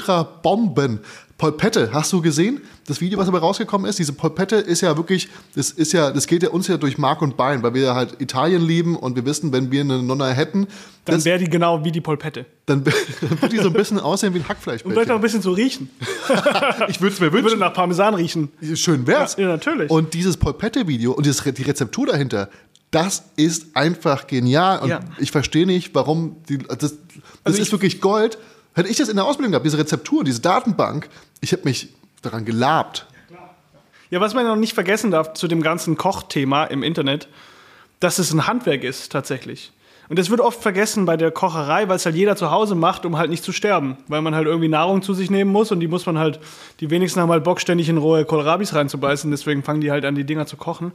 Nonplusultra-Bomben. Polpette, hast du gesehen? Das Video, was dabei rausgekommen ist, diese Polpette ist ja wirklich, das ist ja, das geht ja uns ja durch Mark und Bein, weil wir halt Italien lieben und wir wissen, wenn wir eine Nonna hätten, Dann das- wäre die genau wie die Polpette. dann, *laughs* dann wird die so ein bisschen aussehen wie ein Und vielleicht auch ein Hackfleischbällchen. bisschen zu riechen. *laughs* Ich würde es mir Würde wünschen. nach Parmesan riechen. Schön wär's. Ja, ja, natürlich. Und dieses Polpette-Video und dieses, Re- die Rezeptur dahinter, das ist einfach genial. Und Ja. Also ich verstehe nicht, warum die, das, das ist wirklich Gold. Hätte ich das in der Ausbildung gehabt, diese Rezeptur, diese Datenbank, ich hätte mich daran gelabt. Ja, was man ja noch nicht vergessen darf zu dem ganzen Kochthema im Internet, dass es ein Handwerk ist tatsächlich. Und das wird oft vergessen bei der Kocherei, weil es halt jeder zu Hause macht, um halt nicht zu sterben. Weil man halt irgendwie Nahrung zu sich nehmen muss und die muss man halt, die wenigsten haben halt Bock, ständig in rohe Kohlrabis reinzubeißen, deswegen fangen die halt an, die Dinger zu kochen.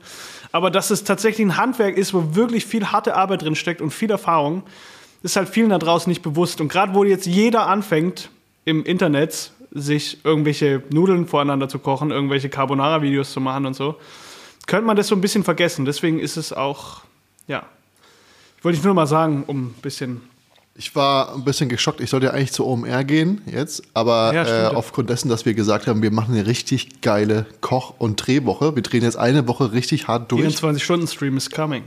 Aber dass es tatsächlich ein Handwerk ist, wo wirklich viel harte Arbeit drin steckt und viel Erfahrung, ist halt vielen da draußen nicht bewusst. Und gerade wo jetzt jeder anfängt, im Internet sich irgendwelche Nudeln voreinander zu kochen, irgendwelche Carbonara-Videos zu machen und so, könnte man das so ein bisschen vergessen. Deswegen ist es auch, ja. Wollte ich nur mal sagen, um ein bisschen. Ich war ein bisschen geschockt. Ich sollte ja eigentlich zu OMR gehen jetzt, aber Ja, stimmt, äh, ja. aufgrund dessen, dass wir gesagt haben, wir machen eine richtig geile Koch- und Drehwoche. Wir drehen jetzt eine Woche richtig hart durch. 24-Stunden-Stream is coming.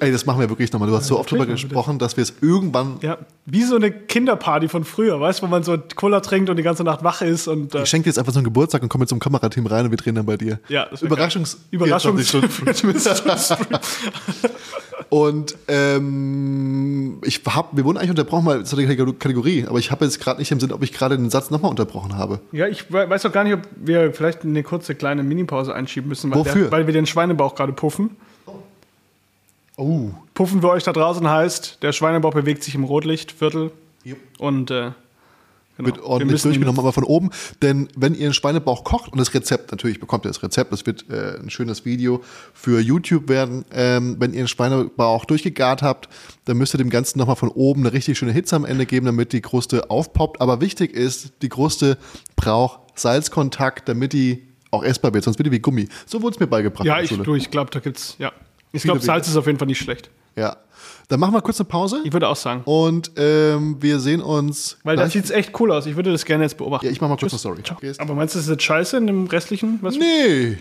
Ey, das machen wir wirklich nochmal. Du hast so oft drüber natürlich machen wir gesprochen, dass wir es irgendwann. Ja, wie so eine Kinderparty von früher, weißt du, wo man so Cola trinkt und die ganze Nacht wach ist und. Äh, Ich schenke dir jetzt einfach so einen Geburtstag und komme mit so einem Kamerateam rein und wir drehen dann bei dir. Ja, das wär Überraschungs. Überraschungs- *laughs* 24 Stunden. und ähm, ich hab, wir wurden eigentlich unterbrochen, weil es hat eine Kategor- Kategorie, aber ich habe jetzt gerade nicht im Sinn, ob ich gerade den Satz nochmal unterbrochen habe. ja, ich we- weiß doch gar nicht, ob wir vielleicht eine kurze kleine Minipause einschieben müssen, weil, Wofür? Der, weil wir den Schweinebauch gerade puffen. Oh. Puffen für euch da draußen heißt, der Schweinebauch bewegt sich im Rotlichtviertel. Und äh, genau. Wird ordentlich müssen- durchgenommen, aber von oben. Denn wenn ihr einen Schweinebauch kocht und das Rezept, natürlich bekommt ihr das Rezept, das wird äh, ein schönes Video für YouTube werden. Ähm, wenn ihr einen Schweinebauch durchgegart habt, dann müsst ihr dem Ganzen nochmal von oben eine richtig schöne Hitze am Ende geben, damit die Kruste aufpoppt. Aber wichtig ist, die Kruste braucht Salzkontakt, damit die auch essbar wird, sonst wird die wie Gummi. So wurde es mir beigebracht. in Ja, der ich, Schule. du, ich glaube, da gibt's. Ja. Ich Viele glaube, Salz ist auf jeden Fall nicht schlecht. ja. Dann machen wir kurz eine Pause Ich würde auch sagen. und ähm, wir sehen uns. Weil das gleich. sieht echt cool aus. Ich würde das gerne jetzt beobachten. ja, ich mache mal kurz eine Story. Gehst- Aber meinst du, das ist jetzt scheiße in dem restlichen? *laughs* Was? Nee,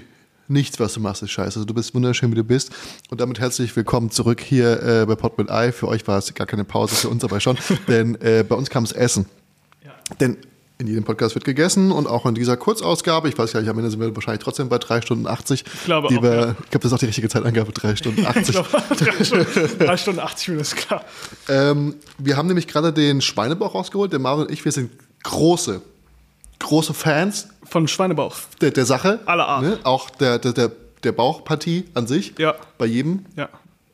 nichts, was du machst, ist scheiße. Also du bist wunderschön, wie du bist. Und damit herzlich willkommen zurück hier äh, bei Pot mit Ei. Für euch war es gar keine Pause, für uns aber *laughs* schon. denn äh, bei uns kam es Essen. Denn in jedem Podcast wird gegessen und auch in dieser Kurzausgabe, ich weiß gar nicht, am Ende sind wir wahrscheinlich trotzdem bei 3 Stunden 80. Ich glaube auch, wir, ja. Ich glaube, das ist auch die richtige Zeitangabe, *laughs* 3 Stunden 80. drei, Stunden, drei Stunden 80 Minuten, ist klar. Ähm, wir haben nämlich gerade den Schweinebauch rausgeholt, der Marvin und ich, wir sind große, große Fans Von Schweinebauch. der, der Sache. ne? Aller Art. Auch der, der, der, der Bauchpartie an sich. Ja. Bei jedem. Ja.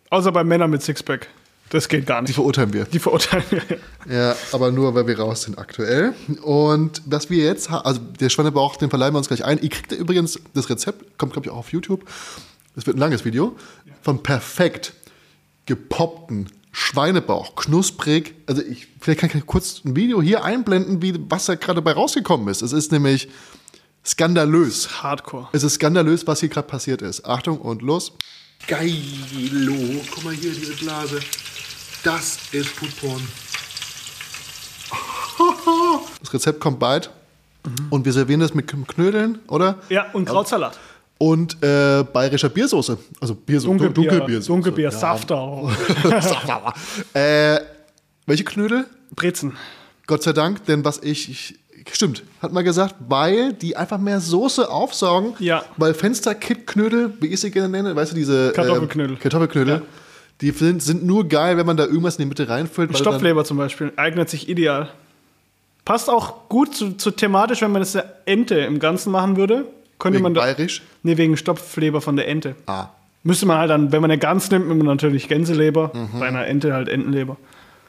Außer bei Männern mit Sixpack. Das geht gar Die nicht. verurteilen wir. Die verurteilen wir. Ja, aber nur, weil wir raus sind aktuell. Und was wir jetzt haben, also der Schweinebauch, den verleihen wir uns gleich ein. Ihr kriegt da übrigens das Rezept, kommt, glaube ich, auch auf YouTube. Das wird ein langes Video. Von perfekt gepoppten Schweinebauch, knusprig. Also ich, vielleicht kann ich kurz ein Video hier einblenden, wie, was da gerade bei rausgekommen ist. Es ist nämlich skandalös. Hardcore. Es ist skandalös, was hier gerade passiert ist. Achtung und los. Geilo. Guck mal hier, diese Blase. Das ist Coupon. Das Rezept kommt bald. Und wir servieren das mit Knödeln, oder? Ja, und Krautsalat. Und äh, bayerischer Biersoße. Also Biersoße. Dunkelbier. Dunkelbiersoße. Dunkelbier, *laughs* Ja. Saft auch. Saft. äh, welche Knödel? Brezen. Gott sei Dank, denn was ich, ich stimmt, hat man gesagt, weil die einfach mehr Soße aufsaugen, Ja. weil Fensterkittknödel, wie ich sie gerne nenne, weißt du, diese ähm, Kartoffelknödel. Kartoffelknödel, die sind, sind nur geil, wenn man da irgendwas in die Mitte reinfüllt. weil dann- Stopfleber zum Beispiel eignet sich ideal. Passt auch gut zu, zu thematisch, wenn man das der Ente im Ganzen machen würde. Könnte Wegen man da, bayerisch? Nee, wegen Stopfleber von der Ente. Ah, Müsste man halt dann, wenn man eine Gans nimmt, nimmt man natürlich Gänseleber. Mhm. Bei einer Ente halt Entenleber.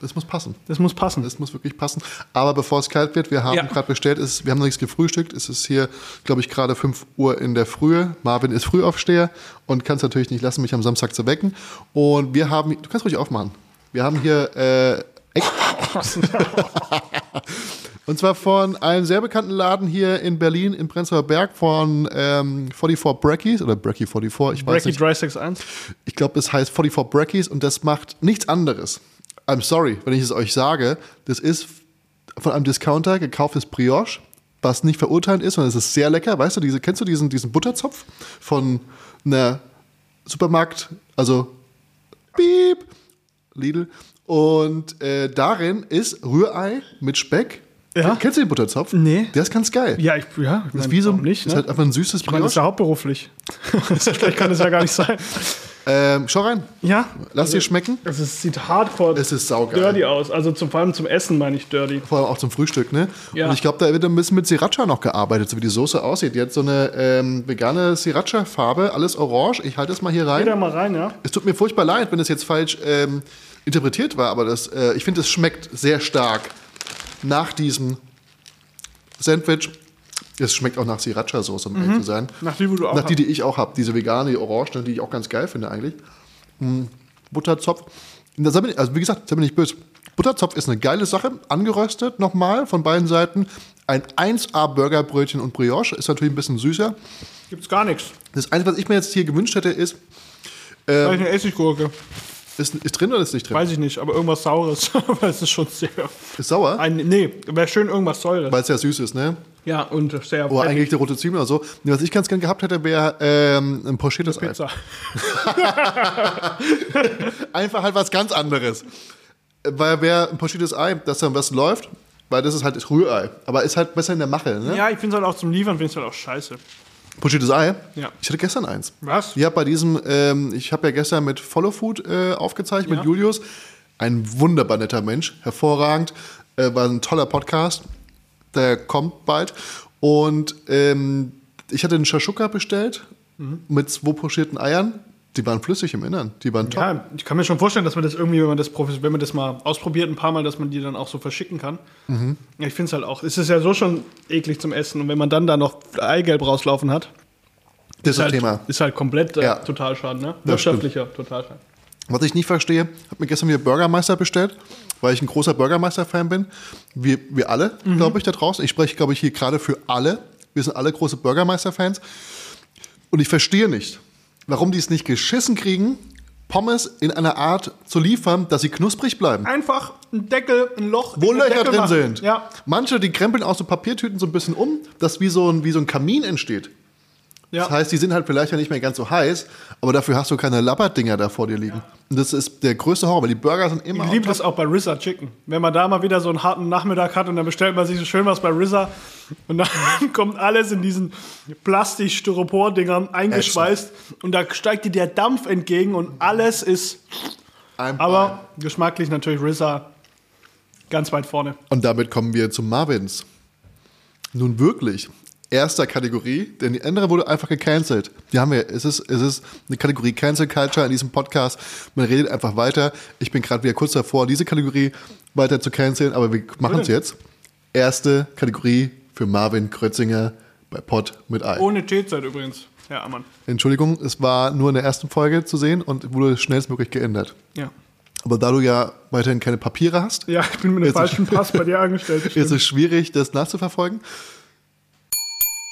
das muss passen. Das muss passen. Das muss wirklich passen. Aber bevor es kalt wird, wir haben Ja. gerade bestellt, ist, wir haben noch nichts gefrühstückt. Es ist hier, glaube ich, gerade 5 Uhr in der Früh. Marvin ist Frühaufsteher und kann es natürlich nicht lassen, mich am Samstag zu wecken. Und wir haben, du kannst ruhig aufmachen. Wir haben hier äh, Eck, Und zwar von einem sehr bekannten Laden hier in Berlin, in Prenzlauer Berg, von ähm, 44 Brackies oder Bracky 44, ich weiß Bracky nicht. Dry 61. Ich glaube, es heißt 44 Brackies und das macht nichts anderes. I'm sorry, wenn ich es euch sage. Das ist von einem Discounter gekauftes Brioche, was nicht verurteilt ist, sondern es ist sehr lecker. Weißt du, diese, kennst du diesen, diesen Butterzopf von einer Supermarkt, also Piep, Lidl. Und äh, darin ist Rührei mit Speck. Ja. Kennst du den Butterzopf? Nee. Der ist ganz geil. Ja, ich, ja, ich Das ist meine, wie so warum nicht. ist Ne? halt einfach ein süßes ich meine, das ist Brioche. ja hauptberuflich. *laughs* Vielleicht kann das ja gar nicht sein. Ähm, schau rein. Ja. Lass dir schmecken. Also, es sieht hardcore Es ist saugeil. dirty aus. Also zum, vor allem zum Essen meine ich dirty. Vor allem auch zum Frühstück, ne? Ja. Und ich glaube, da wird ein bisschen mit Sriracha noch gearbeitet, so wie die Soße aussieht. Die hat so eine ähm, vegane Sriracha-Farbe, alles orange. Ich halte es mal hier rein. Geh da mal rein, ja? Es tut mir furchtbar leid, wenn es jetzt falsch ähm, interpretiert war, aber das, äh, ich finde, es schmeckt sehr stark nach diesem Sandwich. Es schmeckt auch nach Sriracha-Soße, um ehrlich zu sein. Mhm. Nach die, wo du auch *laughs* Nach die, die ich auch habe. Diese vegane, die orange, ne, die ich auch ganz geil finde eigentlich. Mm, Butterzopf. Und da sei mir nicht- Also wie gesagt, da bin ich nicht böse. Butterzopf ist eine geile Sache. Angeröstet nochmal von beiden Seiten. Ein 1A-Burgerbrötchen und Brioche. Ist natürlich ein bisschen süßer. Gibt's gar nichts. Das Einzige, was ich mir jetzt hier gewünscht hätte, ist Vielleicht eine Essiggurke. Ist, ist drin oder ist nicht drin? Weiß ich nicht, aber irgendwas Saures. *laughs* aber es ist schon sehr. Ist sauer, Ein, nee, wäre schön irgendwas Säures. weil es ja süß ist, ne? ja, und sehr. Oder Oh, eigentlich der rote Zwiebeln oder so. Nee, was ich ganz gern gehabt hätte, wäre ähm, ein pochiertes Ei. Pizza. Einfach halt was ganz anderes. Weil wäre ein pochiertes Ei, dass dann was läuft, weil das ist halt das Rührei. Aber ist halt besser in der Mache, ne? Ja, ich finde es halt auch zum Liefern, finde ich halt auch scheiße. Pochiertes Ei? Ja. Ich hatte gestern eins. Was? Ja, bei diesem, ähm, ich habe ja gestern mit Follow Food äh, aufgezeichnet, mit Julius. Ein wunderbar netter Mensch, hervorragend. Äh, war ein toller Podcast. Der kommt bald. Und ähm, ich hatte einen Shashuka bestellt Mhm. mit zwei pochierten Eiern. Die waren flüssig im Innern. Die waren top. Ja, ich kann mir schon vorstellen, dass man das irgendwie, wenn man das, profis- wenn man das mal ausprobiert, ein paar Mal, dass man die dann auch so verschicken kann. Mhm. Ja, ich finde es halt auch. Es ist ja so schon eklig zum Essen. Und wenn man dann da noch Eigelb rauslaufen hat, Das ist das halt, Thema. ist halt komplett äh, Ja. total schaden, ne? Das stimmt. Wirtschaftlicher Totalschaden. Was ich nicht verstehe, habe mir gestern wieder Burgermeister bestellt, weil ich ein großer Burgermeister-Fan bin. Wir, wir alle, Mhm. glaube ich, da draußen. Ich spreche, glaube ich, hier gerade für alle. Wir sind alle große Burgermeister-Fans. Und ich verstehe nicht, warum die es nicht geschissen kriegen, Pommes in einer Art zu liefern, dass sie knusprig bleiben. Einfach ein Deckel, ein Loch. Wo in den Löcher Deckel drin machen. sind. Ja. Manche, die krempeln auch so Papiertüten so ein bisschen um, dass wie so ein, wie so ein Kamin entsteht. ja. Das heißt, die sind halt vielleicht ja nicht mehr ganz so heiß, aber dafür hast du keine Labberdinger da vor dir liegen. Und das ist der größte Horror, weil die Burger sind immer Ich on liebe top. das auch bei RZA Chicken. Wenn man da mal wieder so einen harten Nachmittag hat und dann bestellt man sich so schön was bei RZA und dann *laughs* kommt alles in diesen Plastik-Styropor-Dingern eingeschweißt und da steigt dir der Dampf entgegen und alles ist, Ein Ball. aber geschmacklich natürlich RZA ganz weit vorne. Und damit kommen wir zu Marvins. Nun wirklich. Erster Kategorie, denn die andere wurde einfach gecancelt. Die haben wir. Es ist, es ist eine Kategorie Cancel Culture in diesem Podcast. Man redet einfach weiter. Ich bin gerade wieder kurz davor, diese Kategorie weiter zu canceln, aber wir machen es jetzt. Erste Kategorie für Marvin Krötzinger bei Pott mit Ei. Ohne Teezeit übrigens, Herr Ammann. Entschuldigung, es war nur in der ersten Folge zu sehen und wurde schnellstmöglich geändert. Ja. Aber da du ja weiterhin keine Papiere hast, Ja, ich bin mit dem Jetzt- falschen Pass bei dir angestellt. *laughs* ist es schwierig, das nachzuverfolgen.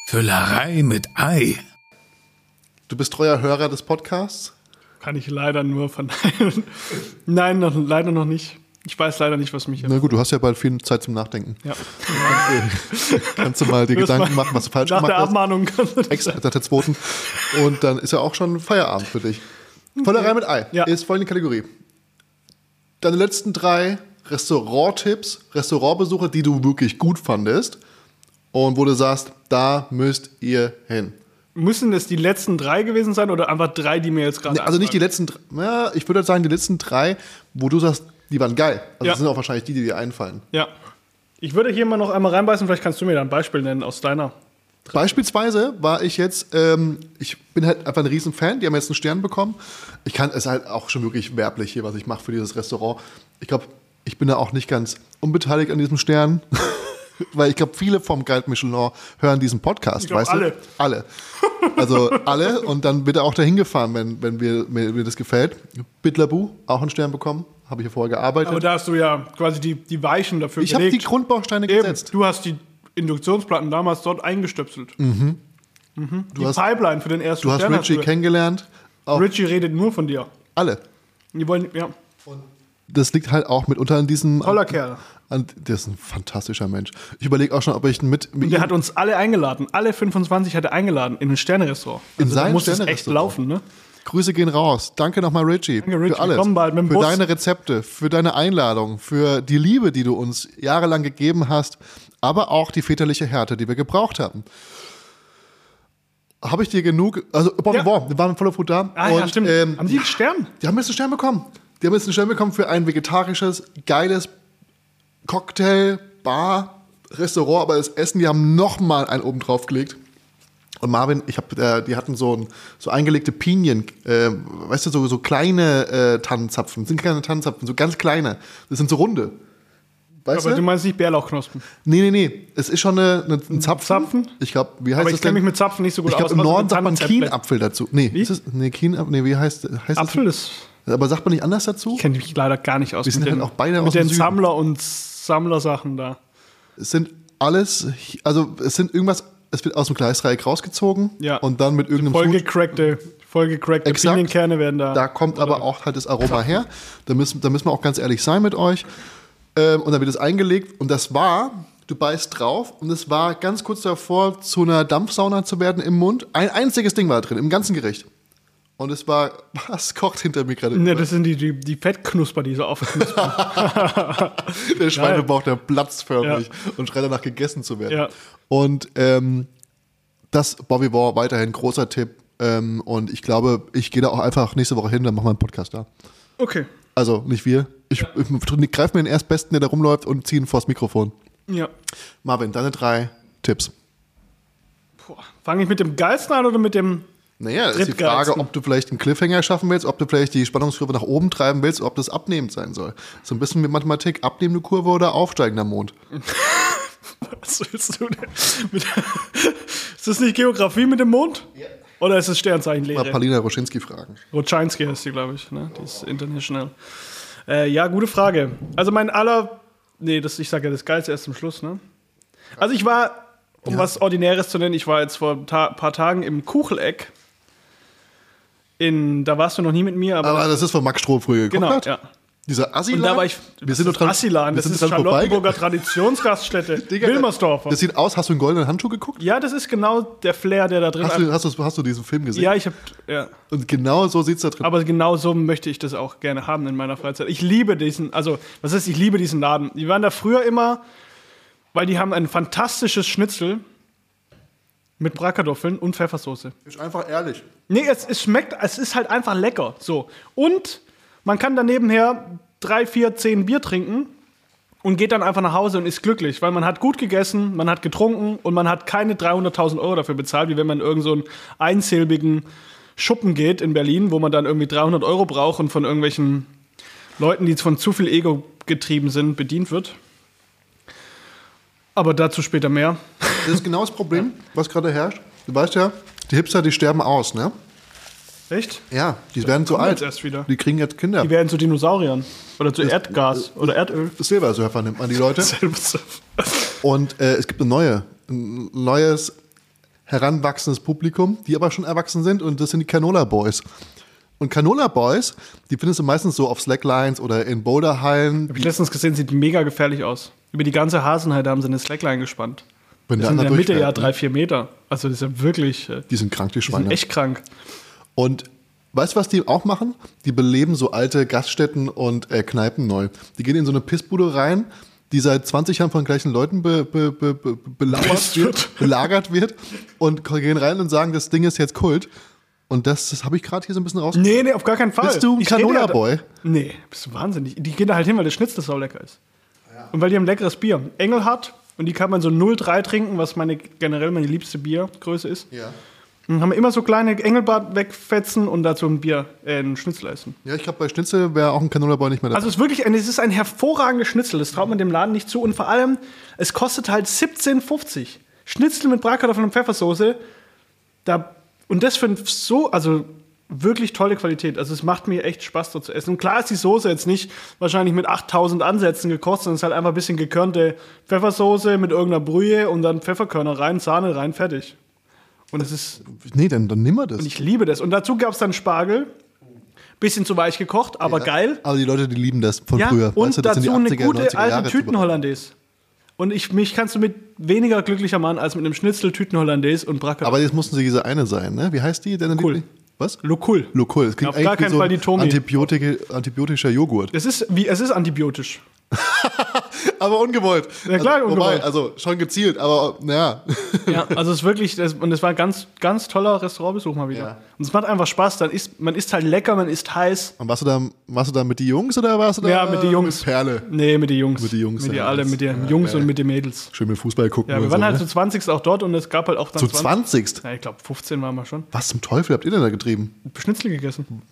Füllerei mit Ei. Du bist treuer Hörer des Podcasts. Kann ich leider nur verneinen. Nein, noch, leider noch nicht. Ich weiß leider nicht, was mich jetzt. Na gut, du hast ja bald viel Zeit zum Nachdenken. Ja. Kannst du mal dir Gedanken machen, was du falsch Nach gemacht der hast. Abmahnung kannst du Ex nach der zweiten. Und dann ist ja auch schon Feierabend für dich. Vollerei mit Ei Ja. ist folgende Kategorie. Deine letzten drei Restaurant-Tipps, Restaurantbesuche, die du wirklich gut fandest und wo du sagst, da müsst ihr hin. Müssen es die letzten drei gewesen sein oder einfach drei, die mir jetzt gerade. Nee, also nicht die letzten, dr- na, ich würde sagen, die letzten drei, wo du sagst, die waren geil. Also Ja. das sind auch wahrscheinlich die, die dir einfallen. Ja. Ich würde hier mal noch einmal reinbeißen, vielleicht kannst du mir da ein Beispiel nennen aus deiner. Beispielsweise war ich jetzt, ähm, ich bin halt einfach ein Riesenfan, die haben jetzt einen Stern bekommen. Ich kann, es ist halt auch schon wirklich werblich hier, was ich mache für dieses Restaurant. Ich glaube, ich bin da auch nicht ganz unbeteiligt an diesem Stern, *laughs* weil ich glaube, viele vom Guide Michelin hören diesen Podcast, Ich glaub, weißt alle. du? Alle. Also alle und dann wird er auch dahin gefahren, wenn, wenn mir, mir, mir das gefällt. Bitlabu, auch einen Stern bekommen, habe ich ja vorher gearbeitet. Aber da hast du ja quasi die, die Weichen dafür ich habe gelegt. die Grundbausteine Eben, gesetzt. Mhm. du hast die Induktionsplatten damals dort eingestöpselt. Du die hast, Pipeline für den ersten du hast Stern Richie du- kennengelernt, auch Richie redet nur von dir. alle. Die wollen, ja. das liegt halt auch mitunter an diesem. Toller Kerl. An, der ist ein fantastischer Mensch. Ich überlege auch schon, ob ich ihn mit, mit Der ihm, hat uns alle eingeladen. Alle 25 hat er eingeladen in ein Sternerestaurant. Also In da sein muss es echt Sternerestaurant. laufen, ne? Grüße gehen raus. Danke nochmal, Richie. Danke, Richie. Für alles. Komm bald mit dem für Bus. deine Rezepte, für deine Einladung, für die Liebe, die du uns jahrelang gegeben hast, aber auch die väterliche Härte, die wir gebraucht haben. Habe ich dir genug? Also, Bon Ja. Vivant, wir waren voller Food da. Ah, und, ja, stimmt. Ähm, Haben die einen Stern? Die haben jetzt einen Stern bekommen. Die haben jetzt einen Stern bekommen für ein vegetarisches, geiles Cocktail, Bar, Restaurant, aber das Essen, die haben nochmal einen oben drauf gelegt. Und Marvin, ich hab, äh, die hatten so, ein, so eingelegte Pinien, äh, weißt du, so, so kleine äh, Tannenzapfen. Das sind keine Tannenzapfen, so ganz kleine. Das sind so runde. Weißt Aber du du? meinst nicht Bärlauchknospen. Nee, nee, nee. Es ist schon eine, eine, ein Zapfen. Zapfen? Ich glaube, wie heißt Aber das ich kenne mich denn? mit Zapfen nicht so gut ich glaube, aus. im Was ist Norden ein sagt man Tannenzäpfle? Kienapfel dazu. Nee, Wie? Ist das, nee, Kienapfel, nee, wie heißt, heißt Apfel das? ist. Aber sagt man nicht anders dazu? Kenne mich leider gar nicht aus. Wir sind mit halt den- auch beide mit aus dem den Süden. Sammler und Sammlersachen da. es sind alles, also es sind irgendwas, es wird aus dem Gleisdreieck rausgezogen Ja. und dann mit irgendeinem Food, Vollgecrackte Vollgecrackt. Exakt. Pinienkerne werden da. Da kommt aber auch halt das Aroma her. Da müssen, da müssen wir auch ganz ehrlich sein mit euch. Ähm, und dann wird es eingelegt. Und das war, du beißt drauf. Und es war ganz kurz davor, zu einer Dampfsauna zu werden im Mund. Ein einziges Ding war da drin, im ganzen Gericht. Und es war, *laughs* was kocht hinter mir gerade? Ne, das sind die, die, die Fettknusper, die so *laughs* aufknuspern. Der Schweinebauch, der platzt förmlich Ja. und schreit danach gegessen zu werden. Ja. Und ähm, das Bobby War weiterhin großer Tipp. Ähm, und ich glaube, ich gehe da auch einfach nächste Woche hin, dann machen wir einen Podcast da. okay. Also nicht wir. Ich, ich greife mir den Erstbesten, der da rumläuft und ziehe ihn vors Mikrofon. Ja. Marvin, deine drei Tipps. Fange ich mit dem geilsten an oder mit dem. Naja, das ist die Drittgeilsten. Frage, ob du vielleicht einen Cliffhanger schaffen willst, ob du vielleicht die Spannungskurve nach oben treiben willst, ob das abnehmend sein soll. So ein bisschen wie Mathematik, abnehmende Kurve oder aufsteigender Mond. Was willst du denn? *laughs* Mit, ist das nicht Geografie mit dem Mond? Ja. Oder ist es Mal Sternzeichenlehre? Palina Roschinski fragen. Rotschanski heißt die, glaube ich. Ne? Die ist international. Äh, ja, gute Frage. Also mein aller... Nee, das, ich sage ja das Geilste erst zum Schluss. Ne? Also ich war, um was Ordinäres zu nennen, ich war jetzt vor ein ta paar Tagen im Kucheleck. In, da warst du noch nie mit mir, aber... Aber das ist von Max Stroh früher Ah, geguckt genau, hat. ja. Dieser Assi. Und da war ich... Wir das sind doch ist dran. Assilan, wir das sind ist dran vorbei. Charlottenburger Traditionsgaststätte. *laughs* Digga, Wilmersdorfer. Das sieht aus, hast du einen goldenen Handschuh geguckt? ja, das ist genau der Flair, der da drin... Hast du, hast, du, hast du diesen Film gesehen? ja, ich habe... Ja. Und genau so sieht es da drin Aber genau so möchte ich das auch gerne haben in meiner Freizeit. Ich liebe diesen, also was heißt, ich liebe diesen Laden. Die waren da früher immer, weil die haben ein fantastisches Schnitzel mit Bratkartoffeln und Pfeffersoße. Ist einfach ehrlich. Nee, es, es schmeckt, es ist halt einfach lecker. So. Und man kann danebenher drei, vier, zehn Bier trinken und geht dann einfach nach Hause und ist glücklich, weil man hat gut gegessen, man hat getrunken und man hat keine 300.000 Euro dafür bezahlt, wie wenn man in irgendeinen so einen einsilbigen Schuppen geht in Berlin, wo man dann irgendwie 300 Euro braucht und von irgendwelchen Leuten, die von zu viel Ego getrieben sind, bedient wird. Aber dazu später mehr. Das ist genau das Problem, was gerade herrscht. Du weißt ja, die Hipster, die sterben aus, ne? Echt? Ja, die werden zu kommen alt. jetzt erst wieder. Die kriegen jetzt Kinder. Die werden zu Dinosauriern. Oder zu Erdgas. Oder Erdöl. Silbersurfer nimmt man die Leute. Und äh, es gibt eine neue, ein neues heranwachsendes Publikum, die aber schon erwachsen sind und das sind die Canola Boys. Und Canola Boys, die findest du meistens so auf Slacklines oder in Boulderhallen. Hab ich letztens gesehen, sieht mega gefährlich aus. Über die ganze Hasenheide haben sie eine Slackline gespannt. Wenn Das sind in der andere der Mitte durchfährt, ja ne? drei, vier Meter. Also das ist ja wirklich äh, Die sind krank, die die sind Schweine. echt krank. Und weißt du, was die auch machen? Die beleben so alte Gaststätten und äh, Kneipen neu. Die gehen in so eine Pissbude rein, die seit 20 Jahren von gleichen Leuten be, be, be, be, belagert, Pisst wird, *laughs* belagert wird und gehen rein und sagen, das Ding ist jetzt Kult. Und das, das habe ich gerade hier so ein bisschen raus. Nee, nee, auf gar keinen Fall. Bist du ein Ich rede Canola ja da- Boy? Nee, bist du wahnsinnig. Die gehen da halt hin, weil der Schnitzel so lecker ist. Und weil die haben leckeres Bier. Engelhardt. Und die kann man so 0,3 trinken, was meine, generell meine liebste Biergröße ist. Ja. Und haben immer so kleine Engelbart wegfetzen und dazu ein Bier, äh, einen Schnitzel essen. Ja, ich glaube, bei Schnitzel wäre auch ein Canola Boy nicht mehr da. Also es ist wirklich ein, es ist ein hervorragendes Schnitzel, das traut man dem Laden nicht zu. Und vor allem, es kostet halt 17,50. Schnitzel mit Bratkartoffeln und Pfeffersoße. Da, und das für ein so, also wirklich tolle Qualität. Also es macht mir echt Spaß, dort zu essen. Und klar ist die Soße jetzt nicht wahrscheinlich mit 8000 Ansätzen gekocht, sondern es ist halt einfach ein bisschen gekörnte Pfeffersoße mit irgendeiner Brühe und dann Pfefferkörner rein, Sahne rein, fertig. Und es ist nee, dann, dann nimm mal das. und ich liebe das. Und dazu gab es dann Spargel. Bisschen zu weich gekocht, aber Ja. geil. Aber die Leute, die lieben das von Ja, früher. und Weißt du, das dazu sind die eine 80er, gute 90er Jahre alte Tütenhollandaise. Und ich, mich kannst du mit weniger glücklicher machen als mit einem Schnitzel Tütenhollandaise und Bracker. Aber jetzt mussten sie diese eine sein, ne? Wie heißt die? Deine Cool. Liebling- Was? Lokul. Lokul. Es klingt Auf gar eigentlich wie keinen so Fall die Tomi. Antibiotik, antibiotischer Joghurt. Es ist wie es ist antibiotisch. *laughs* Aber ungewollt. Ja, klar, also, ungewollt. Wobei, also schon gezielt, aber naja. Ja, also es ist wirklich das, und es war ein ganz ganz toller Restaurantbesuch mal wieder. Ja. Und es macht einfach Spaß, dann isst man isst halt lecker, man isst heiß. Und warst du, da, warst du da mit die Jungs oder warst du da Ja, mit die Jungs. Ah, Mit Perle. Nee, mit den Jungs. Mit den Jungs, Mit die ja, alle, das- mit den ja, Jungs geil. und mit den Mädels. Schön mit Fußball gucken. Ja, wir und waren so, halt ne? zu 20 auch dort und es gab halt auch dann zu 20. Ja, ich glaube 15 waren wir schon. Was zum Teufel habt ihr denn da getrieben? Schnitzel gegessen.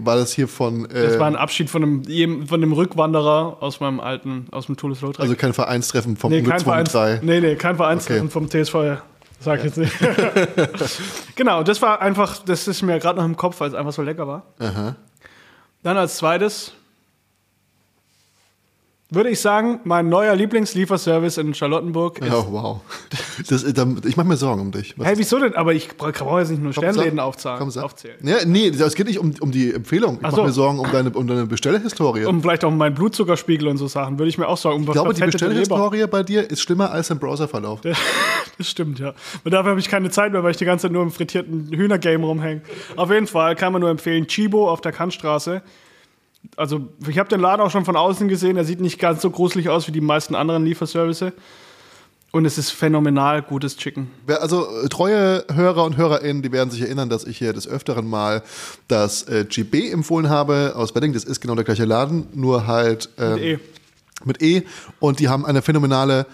War das hier von. Äh, Das war ein Abschied von einem, jedem- von einem Rückwanderer aus meinem alten, aus dem Toulouse Lautrec. also kein Vereinstreffen vom nee, kein Ungezwungen Vereins, 3. nee, nee, kein Vereinstreffen Okay. vom TSV. Sag ich jetzt nicht. *laughs* genau, das war einfach, das ist mir gerade noch im Kopf, weil es einfach so lecker war. Dann als zweites würde ich sagen, mein neuer Lieblingslieferservice in Charlottenburg ist. Ja, wow. Das, da, ich mache mir Sorgen um dich. Was Hey, wieso denn? Aber ich bra- brauche jetzt nicht nur Komm, sag. Sternläden aufzahlen, Komm, sag. aufzählen. Ja, nee, es geht nicht um, um die Empfehlung. Ich Ach mache so. mir Sorgen um deine, um deine Bestellhistorie. Und vielleicht auch meinen Blutzuckerspiegel und so Sachen, würde ich mir auch sagen. Um ich glaube, die Bestellhistorie bei dir ist schlimmer als dein Browserverlauf. *laughs* Das stimmt, ja. Und dafür habe ich keine Zeit mehr, weil ich die ganze Zeit nur im frittierten Hühnergame rumhänge. Auf jeden Fall kann man nur empfehlen, Chibo auf der Kantstraße. Also, ich habe den Laden auch schon von außen gesehen. Er sieht nicht ganz so gruselig aus wie die meisten anderen Lieferservice. Und es ist phänomenal gutes Chicken. Wer- Also äh, treue Hörer und Hörerinnen, die werden sich erinnern, dass ich hier des Öfteren mal das äh, GB empfohlen habe aus Wedding. Das ist genau der gleiche Laden, nur halt ähm, mit, E. e. mit E. Und die haben eine phänomenale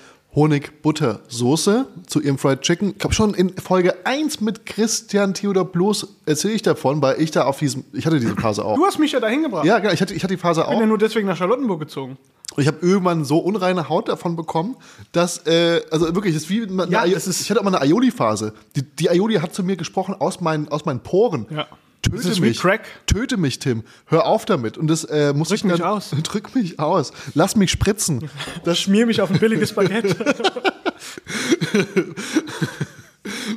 Honig-Butter-Soße zu ihrem Fried Chicken. Ich glaube schon in Folge 1 mit Christian Theodor Bloß erzähle ich davon, weil ich da auf diesem, ich hatte diese Phase auch. Du hast mich ja dahin gebracht. Ja, genau, ich hatte, ich hatte die Phase Ich auch. bin ja nur deswegen nach Charlottenburg gezogen. Und ich habe irgendwann so unreine Haut davon bekommen, dass, äh, also wirklich, das ist wie eine Ja, Aio- das ist- ich hatte auch mal eine Aioli-Phase. Die, die Aioli hat zu mir gesprochen aus meinen, aus meinen Poren. Ja. Töte Das ist wie mich. Crack. Töte mich, Tim. Hör auf damit. Und das äh, muss ich mich dann- aus. *laughs* Drück mich aus. Lass mich spritzen. *laughs* Das Schmier mich auf ein billiges *laughs* Baguette.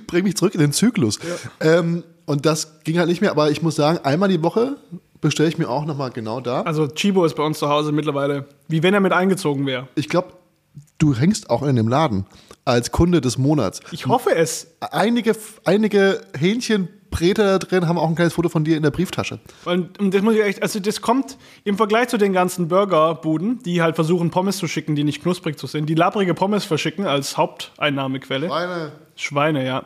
bringt mich zurück in den Zyklus. Ähm, und das ging halt nicht mehr. Aber ich muss sagen, einmal die Woche bestelle ich mir auch nochmal genau da. also, Chibo ist bei uns zu Hause mittlerweile, wie wenn er mit eingezogen wäre. Ich glaube, du hängst auch in dem Laden als Kunde des Monats. Ich hoffe es. einige, einige Hähnchenbräter da drin haben auch ein kleines Foto von dir in der Brieftasche. Und, und das muss ich echt, also das kommt im Vergleich zu den ganzen Burgerbuden, die halt versuchen, Pommes zu schicken, die nicht knusprig zu sind, die labrige Pommes verschicken als Haupteinnahmequelle. Meine. Schweine, ja.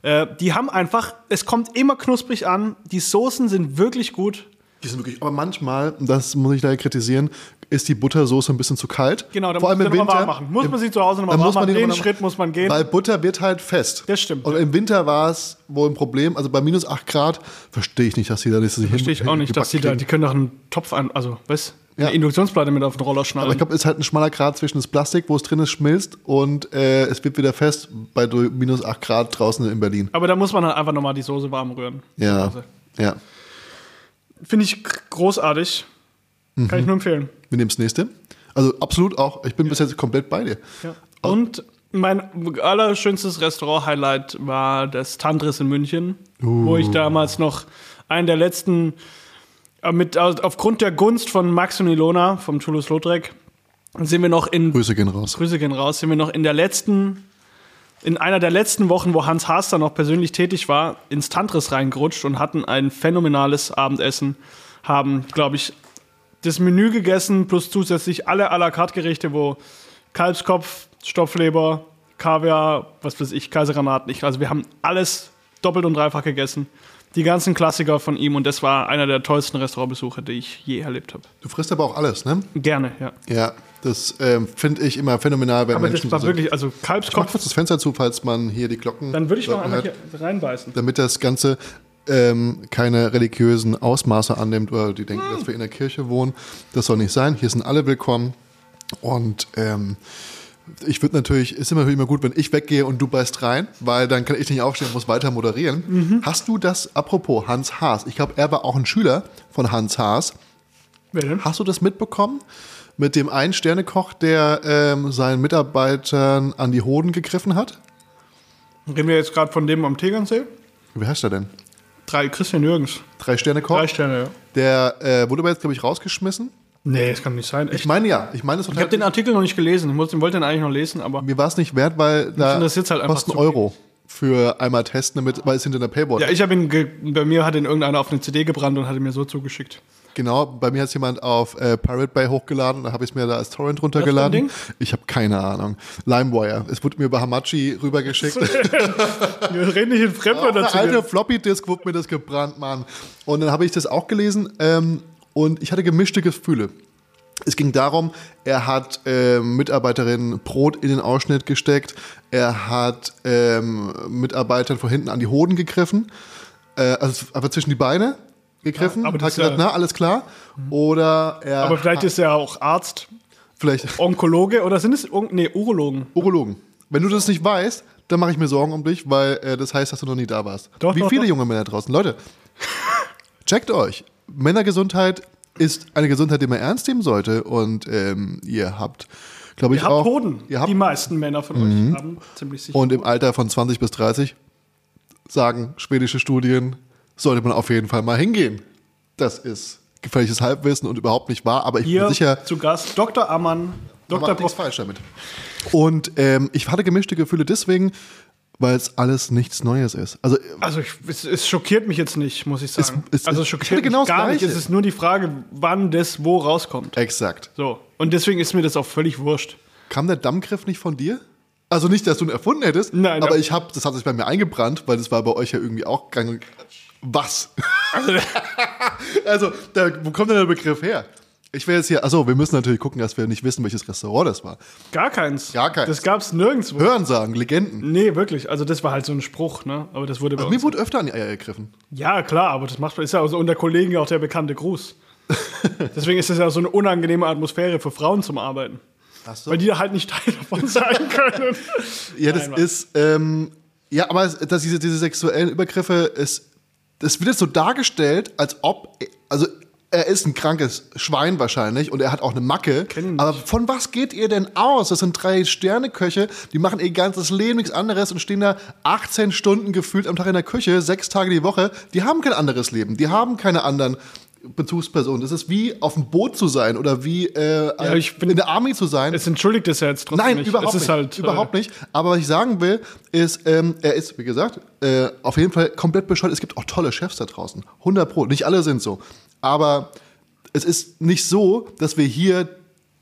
Äh, die haben einfach, es kommt immer knusprig an, die Soßen sind wirklich gut. Die sind wirklich, aber manchmal, und das muss ich leider kritisieren, ist die Buttersoße ein bisschen zu kalt. Genau, da Vor muss allem man im die Winter. nochmal warm machen. Muss Im- man sie zu Hause nochmal dann warm muss man machen. die Den nochmal- Schritt muss man gehen. Weil Butter wird halt fest. Das stimmt, Und ja. im Winter war es wohl ein Problem. Also bei minus 8 Grad verstehe ich nicht, dass die da nicht so Verstehe ich auch nicht, dass die da, die können doch einen Topf an, also, weißt Ja. eine Induktionsplatte mit auf den Roller Aber ich schnallen. glaube, es ist halt ein schmaler Grad zwischen das Plastik, wo es drin ist, schmilzt und äh, es wird wieder fest bei du- minus 8 Grad draußen in Berlin. Aber da muss man halt einfach nochmal die Soße warm rühren. Ja. Also, ja. Finde ich gr- großartig. Kann Mhm. ich nur empfehlen. Wir nehmen das nächste. Also absolut auch, ich bin bis jetzt komplett bei dir. Und mein allerschönstes Restaurant-Highlight war das Tantris in München, wo ich damals noch einen der letzten, äh, mit, au- aufgrund der Gunst von Max und Ilona vom Toulouse-Lautrec, sind wir noch in, Grüße gehen raus. Grüße gehen raus, sind wir noch in der letzten, in einer der letzten Wochen, wo Hans Haas da noch persönlich tätig war, ins Tantris reingerutscht und hatten ein phänomenales Abendessen, haben, glaube ich, das Menü gegessen plus zusätzlich alle à la carte Gerichte, wo Kalbskopf, Stopfleber, Kaviar, was weiß ich, Kaisergranaten. Ich, also wir haben alles doppelt und dreifach gegessen. Die ganzen Klassiker von ihm und das war einer der tollsten Restaurantbesuche, die ich je erlebt habe. Du frisst aber auch alles, ne? Gerne, ja. Ja, das ähm, finde ich immer phänomenal, wenn Aber Menschen das war so sind. wirklich, also Ich mach Kalbskopf, kurz das Fenster zu, falls man hier die Glocken. dann würde ich noch läuten einmal hört, hier reinbeißen. Damit das Ganze ähm, keine religiösen Ausmaße annimmt oder die denken, dass wir in der Kirche wohnen. Das soll nicht sein. Hier sind alle willkommen. Und ähm, ich würde natürlich, ist immer, immer gut, wenn ich weggehe und du beißt rein, weil dann kann ich nicht aufstehen und muss weiter moderieren. Hast du das, apropos Hans Haas, ich glaube, er war auch ein Schüler von Hans Haas. Wer denn? Hast du das mitbekommen? Mit dem einen Sternekoch, der ähm, seinen Mitarbeitern an die Hoden gegriffen hat? Reden wir jetzt gerade von dem am Tegernsee? Wie heißt er denn? Drei, Christian Jürgens. Drei Sternekoch. Drei Sterne, ja. Der äh, wurde aber jetzt, glaube ich, rausgeschmissen. Nee, das kann nicht sein. Ich Echt? meine ja, ich meine, das Ich habe den Artikel noch nicht gelesen. Ich muss- den wollte den eigentlich noch lesen, aber mir war es nicht wert, weil da interessiert halt einfach kostet zu ein Euro für einmal testen, damit, weil es hinter einer Paywall Ja, ich habe ihn, ge- bei mir hat ihn irgendeiner auf eine CD gebrannt und hat ihn mir so zugeschickt. Genau, bei mir hat es jemand auf äh, Pirate Bay hochgeladen, da habe ich es mir da als Torrent runtergeladen. Ding? Ich habe keine Ahnung. LimeWire. Es wurde mir über Hamachi rübergeschickt. *laughs* Wir reden nicht in Fremdwörtern Eine zu. alte Floppy-Disk wurde mir das gebrannt, Mann. Und dann habe ich das auch gelesen ähm, und ich hatte gemischte Gefühle. Es ging darum, er hat ähm, Mitarbeiterinnen Brot in den Ausschnitt gesteckt, er hat ähm, Mitarbeitern von hinten an die Hoden gegriffen, äh, also aber zwischen die Beine gegriffen, Ja, aber und das hat ist gesagt, ja- na, alles klar. Oder er Aber vielleicht hat, ist er auch Arzt, vielleicht Onkologe oder sind es Ur nee, Urologen? Urologen. Wenn du das nicht weißt, dann mache ich mir Sorgen um dich, weil äh, das heißt, dass du noch nie da warst. Doch, Wie doch, viele doch. junge Männer draußen. Leute, checkt euch. Männergesundheit ist eine Gesundheit, die man ernst nehmen sollte. Und ähm, ihr habt, glaube ich, Ihr habt Mhm. auch. Hoden. Ihr habt die meisten Männer von euch haben ziemlich sicher. Und im Alter von 20 bis 30 sagen schwedische Studien, sollte man auf jeden Fall mal hingehen. Das ist gefährliches Halbwissen und überhaupt nicht wahr, aber ich Hier bin sicher, zu Gast Dr. Ammann, man Dr. macht nichts Prof. falsch damit. Und ähm, ich hatte gemischte Gefühle deswegen, weil es alles nichts Neues ist. Also Also ich, es, es schockiert mich jetzt nicht, muss ich sagen. Es- es- also es ich schockiert hatte genau mich das gar nicht. Gleiche. Es ist nur die Frage, wann das wo rauskommt. exakt. So. Und deswegen ist mir das auch völlig wurscht. Kam der Dammgriff nicht von dir? Also nicht, dass du ihn erfunden hättest, Nein, aber ja. ich hab, das hat sich bei mir eingebrannt, weil das war bei euch ja irgendwie auch gang und Was? *laughs* also, da, wo kommt denn der Begriff her? Ich will jetzt hier, also wir müssen natürlich gucken, dass wir nicht wissen, welches Restaurant das war. Gar keins. Gar keins. Das gab's nirgendwo. Hören sagen, Legenden. Nee, wirklich. Also das war halt so ein Spruch, ne? Aber das wurde bei Also Mir uns. wurde öfter an die Eier gegriffen. Ja, klar, aber das macht ist ja also unter Kollegen auch der bekannte *laughs* Gruß. Deswegen ist das ja so eine unangenehme Atmosphäre für Frauen zum Arbeiten. Ach so. Weil die da halt nicht Teil *laughs* davon sein *laughs* können. Ja, das Nein, Mann. ist, ähm, ja, aber es- dass diese, diese sexuellen Übergriffe, es, das wird jetzt so dargestellt, als ob, also er ist ein krankes Schwein wahrscheinlich und er hat auch eine Macke. Kenn ihn nicht. Aber von was geht ihr denn aus? Das sind drei Sterneköche, die machen ihr ganzes Leben nichts anderes und stehen da 18 Stunden gefühlt am Tag in der Küche, sechs Tage die Woche. Die haben kein anderes Leben, die haben keine anderen Bezugspersonen. Das ist wie auf dem Boot zu sein oder wie äh, Ja, ich bin- in der Army zu sein. Es entschuldigt es ja jetzt trotzdem Nein, nicht. überhaupt es ist nicht. Halt, überhaupt nicht. Aber was ich sagen will, ist, ähm, er ist, wie gesagt, äh, auf jeden Fall komplett bescheuert. Es gibt auch tolle Chefs da draußen. 100 Pro. Nicht alle sind so. Aber es ist nicht so, dass wir hier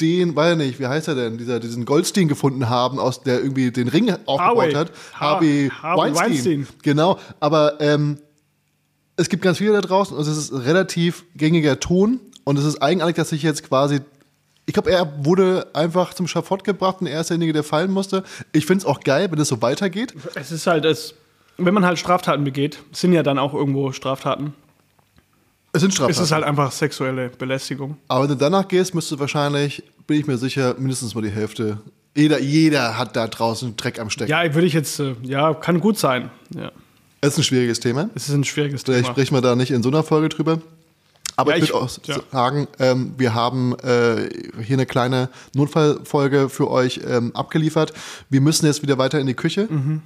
den, weiß nicht, wie heißt er denn, dieser, diesen Goldstein gefunden haben, aus der irgendwie den Ring aufgebaut Harvey. hat. Ha- Harvey, Harvey Weinstein. Weinstein. Genau. Aber ähm, es gibt ganz viele da draußen und es ist relativ gängiger Ton und es ist eigenartig, dass sich jetzt quasi. Ich glaube, er wurde einfach zum Schafott gebracht und er ist derjenige, der fallen musste. Ich finde es auch geil, wenn es so weitergeht. Es ist halt, es, wenn man halt Straftaten begeht, sind ja dann auch irgendwo Straftaten. Es sind Straftaten. Es ist halt einfach sexuelle Belästigung. Aber wenn du danach gehst, müsstest du wahrscheinlich, bin ich mir sicher, mindestens mal die Hälfte. Jeder, jeder hat da draußen Dreck am Stecken. Ja, würde ich jetzt, äh, ja, kann gut sein. Ja. Es ist ein schwieriges Thema. Es ist ein schwieriges Vielleicht Thema. sprechen wir da nicht in so einer Folge drüber. Aber Ja, ich ich- würde auch ja. sagen, ähm, wir haben äh, hier eine kleine Notfallfolge für euch ähm, abgeliefert. Wir müssen jetzt wieder weiter in die Küche. Mhm.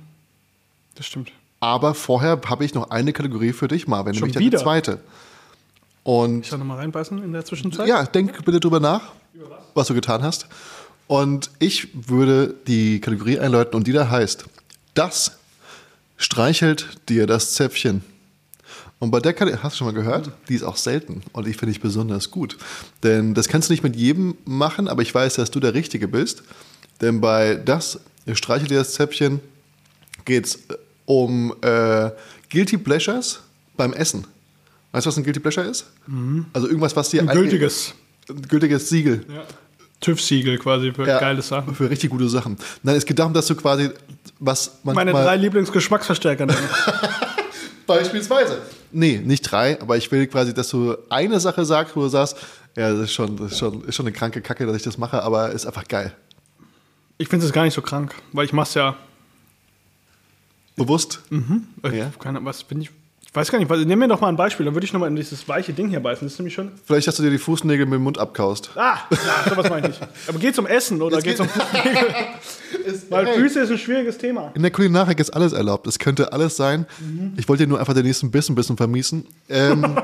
Das stimmt. Aber vorher habe ich noch eine Kategorie für dich, Marvin, nämlich deine wieder? zweite. Und Ich soll nochmal reinbeißen in der Zwischenzeit? ja, denk bitte drüber nach, was du getan hast. Und ich würde die Kategorie einläuten und die da heißt, das streichelt dir das Zäpfchen. Und bei der Kategorie, hast du schon mal gehört, die ist auch selten und ich finde ich besonders gut. Denn das kannst du nicht mit jedem machen, aber ich weiß, dass du der Richtige bist. Denn bei das streichelt dir das Zäpfchen geht es um äh, Guilty Pleasures beim Essen. Weißt du, was ein Guilty Pleasure ist? Also irgendwas, was dir Ein eigentlich- gültiges ein gültiges Siegel. ja. TÜV-Siegel quasi für Ja, geile Sachen. Für richtig gute Sachen. Nein, es geht darum, dass du quasi, was manchmal... Meine drei Lieblingsgeschmacksverstärker. nennen. Beispielsweise. Nee, nicht drei, aber ich will quasi, dass du eine Sache sagst, wo du sagst, ja, das ist schon, das ist schon, ist schon eine kranke Kacke, dass ich das mache, aber ist einfach geil. ich finde es gar nicht so krank, weil ich mach's ja. Bewusst. Mhm. Ich, Ja. äh, keine, was bin ich, ich weiß gar nicht, was, nimm mir doch mal ein Beispiel, dann würde ich nochmal in dieses weiche Ding hier beißen. Das ist nämlich schon. Vielleicht, dass du dir die Fußnägel mit dem Mund abkaust. Ah, ja, sowas meine ich nicht. Aber geht's um Essen oder Jetzt geht's *laughs* um geht- Fußnägel? Weil Hey. Füße ist ein schwieriges Thema. In der Kulinarik ist alles erlaubt. Es könnte alles sein. Ich wollte dir nur einfach den nächsten Biss ein bisschen vermiesen. Ähm,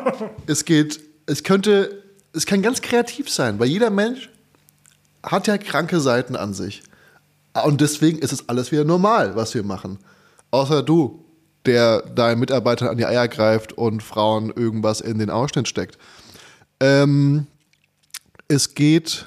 es geht, es könnte, es kann ganz kreativ sein, weil jeder Mensch hat ja kranke Seiten an sich. Ah, Und deswegen ist es alles wieder normal, was wir machen. Außer du, der deinen Mitarbeitern an die Eier greift und Frauen irgendwas in den Ausschnitt steckt. Ähm, es geht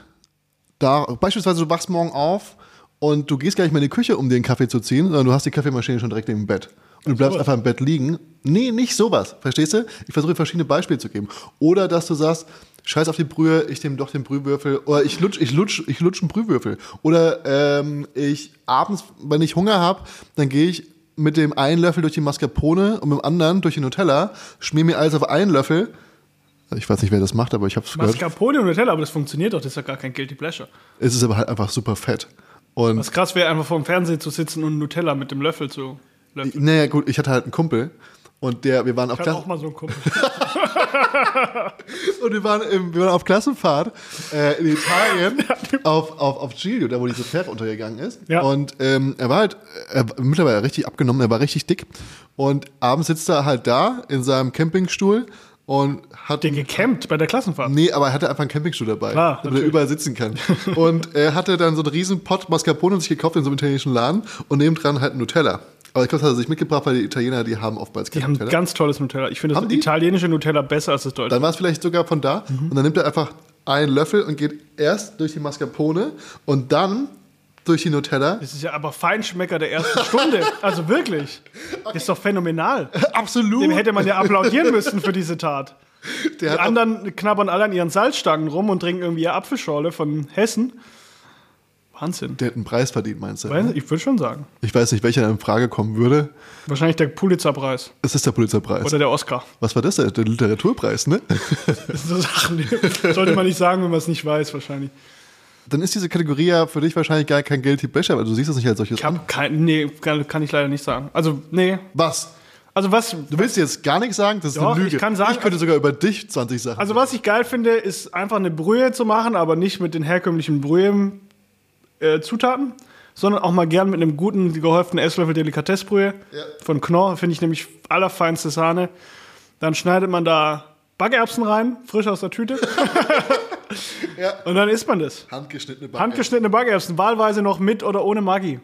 da, beispielsweise, du wachst morgen auf und du gehst gar nicht mehr in die Küche, um dir einen Kaffee zu ziehen, sondern du hast die Kaffeemaschine schon direkt im Bett. Und du bleibst einfach im Bett liegen. Nee, nicht sowas. Verstehst du? Ich versuche verschiedene Beispiele zu geben. Oder dass du sagst, scheiß auf die Brühe, ich nehme doch den Brühwürfel. Oder ich lutsch, ich lutsch, ich lutsch einen Brühwürfel. Oder ähm, ich abends, wenn ich Hunger habe, dann gehe ich mit dem einen Löffel durch die Mascarpone und mit dem anderen durch die Nutella, schmier mir alles auf einen Löffel. Ich weiß nicht, wer das macht, aber ich habe es gehört. Mascarpone und Nutella, aber das funktioniert doch, das ist ja gar kein Guilty Pleasure. Es ist aber halt einfach super fett. Und Was krass wäre, einfach vor dem Fernsehen zu sitzen und Nutella mit dem Löffel zu löffeln. Naja, gut, ich hatte halt einen Kumpel und der, wir waren auch, Ich hatte Klasse, auch mal so einen Kumpel. *laughs* Und wir waren, im, wir waren auf Klassenfahrt äh, in *laughs* Italien auf, auf, auf Giglio, da wo diese Fähre untergegangen ist. Ja. Und ähm, er war halt er, war mittlerweile richtig abgenommen, er war richtig dick. Und abends sitzt er halt da in seinem Campingstuhl und hat Den gecampt bei der Klassenfahrt. Nee, aber er hatte einfach einen Campingstuhl dabei, Klar, damit er natürlich. überall sitzen *laughs* kann. Und er hatte dann so einen riesen Pot Mascarpone sich gekauft in so einem italienischen Laden und neben dran halt einen Nutella. Aber ich glaube, das hat er sich mitgebracht, weil die Italiener, die haben oftmals Die keinen haben Nutella. ganz tolles Nutella. Ich finde das Haben die? italienische Nutella besser als das deutsche. dann war es vielleicht sogar von da Mhm. und dann nimmt er einfach einen Löffel und geht erst durch die Mascarpone und dann durch die Nutella. Das ist ja aber Feinschmecker der ersten Stunde. Also *laughs* wirklich. Das ist doch phänomenal. Absolut. Dem hätte man ja applaudieren müssen für diese Tat. *laughs* Der Die hat auch- anderen knabbern alle an ihren Salzstangen rum und trinken irgendwie ihre Apfelschorle von Hessen. Wahnsinn. Der hat einen Preis verdient, meinst du? Weiß nicht, Ich würde schon sagen. Ich weiß nicht, welcher in Frage kommen würde. Wahrscheinlich der Pulitzer-Preis Es ist der Pulitzerpreis. oder der Oscar. Was war das denn? Der Literaturpreis, *laughs* ne? Das sind so Sachen, die sollte man nicht sagen, wenn man es nicht weiß, wahrscheinlich. Dann ist diese Kategorie ja für dich wahrscheinlich gar kein Guilty Pleasure, weil du siehst das nicht als solches Ich an. hab kein, nee, kann kann ich leider nicht sagen. Also, nee. Was? Also, was, Du willst jetzt gar nichts sagen? Das ist Doch, eine Lüge. ich kann sagen- ich könnte sogar über dich 20 Sachen Also was ich geil finde, ist einfach eine Brühe zu machen, aber nicht mit den herkömmlichen Brühe-Zutaten, sondern auch mal gern mit einem guten, gehäuften Esslöffel Delikatessbrühe Ja. von Knorr, finde ich nämlich allerfeinste Sahne. Dann schneidet man da Backerbsen rein, frisch aus der Tüte. Und dann isst man das. Handgeschnittene Backe. Handgeschnittene Backerbsen, wahlweise noch mit oder ohne Maggi.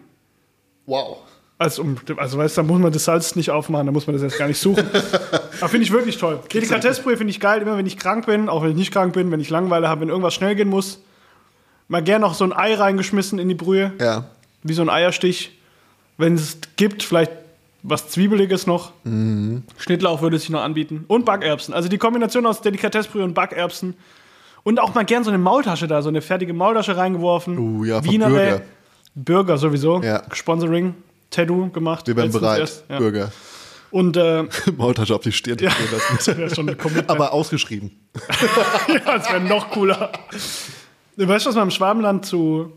wow. Also, um, also weißt du, da muss man das Salz nicht aufmachen, da muss man das jetzt gar nicht suchen. Aber finde ich wirklich toll. Delikatessbrühe finde ich geil, immer wenn ich krank bin, auch wenn ich nicht krank bin, wenn ich Langeweile habe, wenn irgendwas schnell gehen muss. Mal gern noch so ein Ei reingeschmissen in die Brühe, Ja. wie so ein Eierstich. Wenn es gibt, vielleicht was Zwiebeliges noch. Mhm. Schnittlauch würde sich noch anbieten. Und Backerbsen. Also die Kombination aus Delikatessbrühe und Backerbsen. Und auch mal gern so eine Maultasche da, so eine fertige Maultasche reingeworfen. Uh, ja, vom Wienerle. Bürger. Bürger sowieso. Ja. Sponsoring. Tattoo gemacht. Wir wären letztens bereit, erst. Ja. Bürger. *laughs* Und äh, *laughs* Maultasche auf die Stirn tätowieren lassen. das wäre schon ein Commitment. Aber ausgeschrieben. ja, das wäre noch cooler. Du weißt, was man im Schwabenland zu,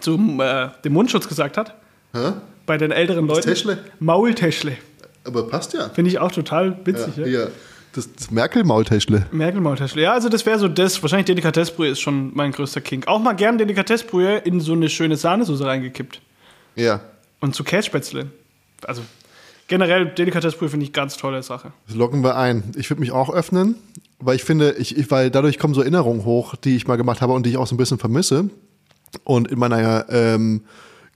zu äh, dem Mundschutz gesagt hat? Hä? Bei den älteren Leuten? Täschle? Maultäschle. Aber passt ja. Finde ich auch total witzig. Ja. Ja, ja. Das, das Merkel-Maultäschle. Merkel-Maultäschle. Ja, also das wäre so das. Wahrscheinlich Delikatessbrühe ist schon mein größter King. Auch mal gern Delikatessbrühe in so eine schöne Sahnesoße reingekippt. Ja. Und zu Kässpätzle. Also generell Delikatessbrühe finde ich ganz tolle Sache. Das locken wir ein. Ich würde mich auch öffnen, weil ich finde, ich, ich, weil dadurch kommen so Erinnerungen hoch, die ich mal gemacht habe und die ich auch so ein bisschen vermisse. Und in meiner ähm,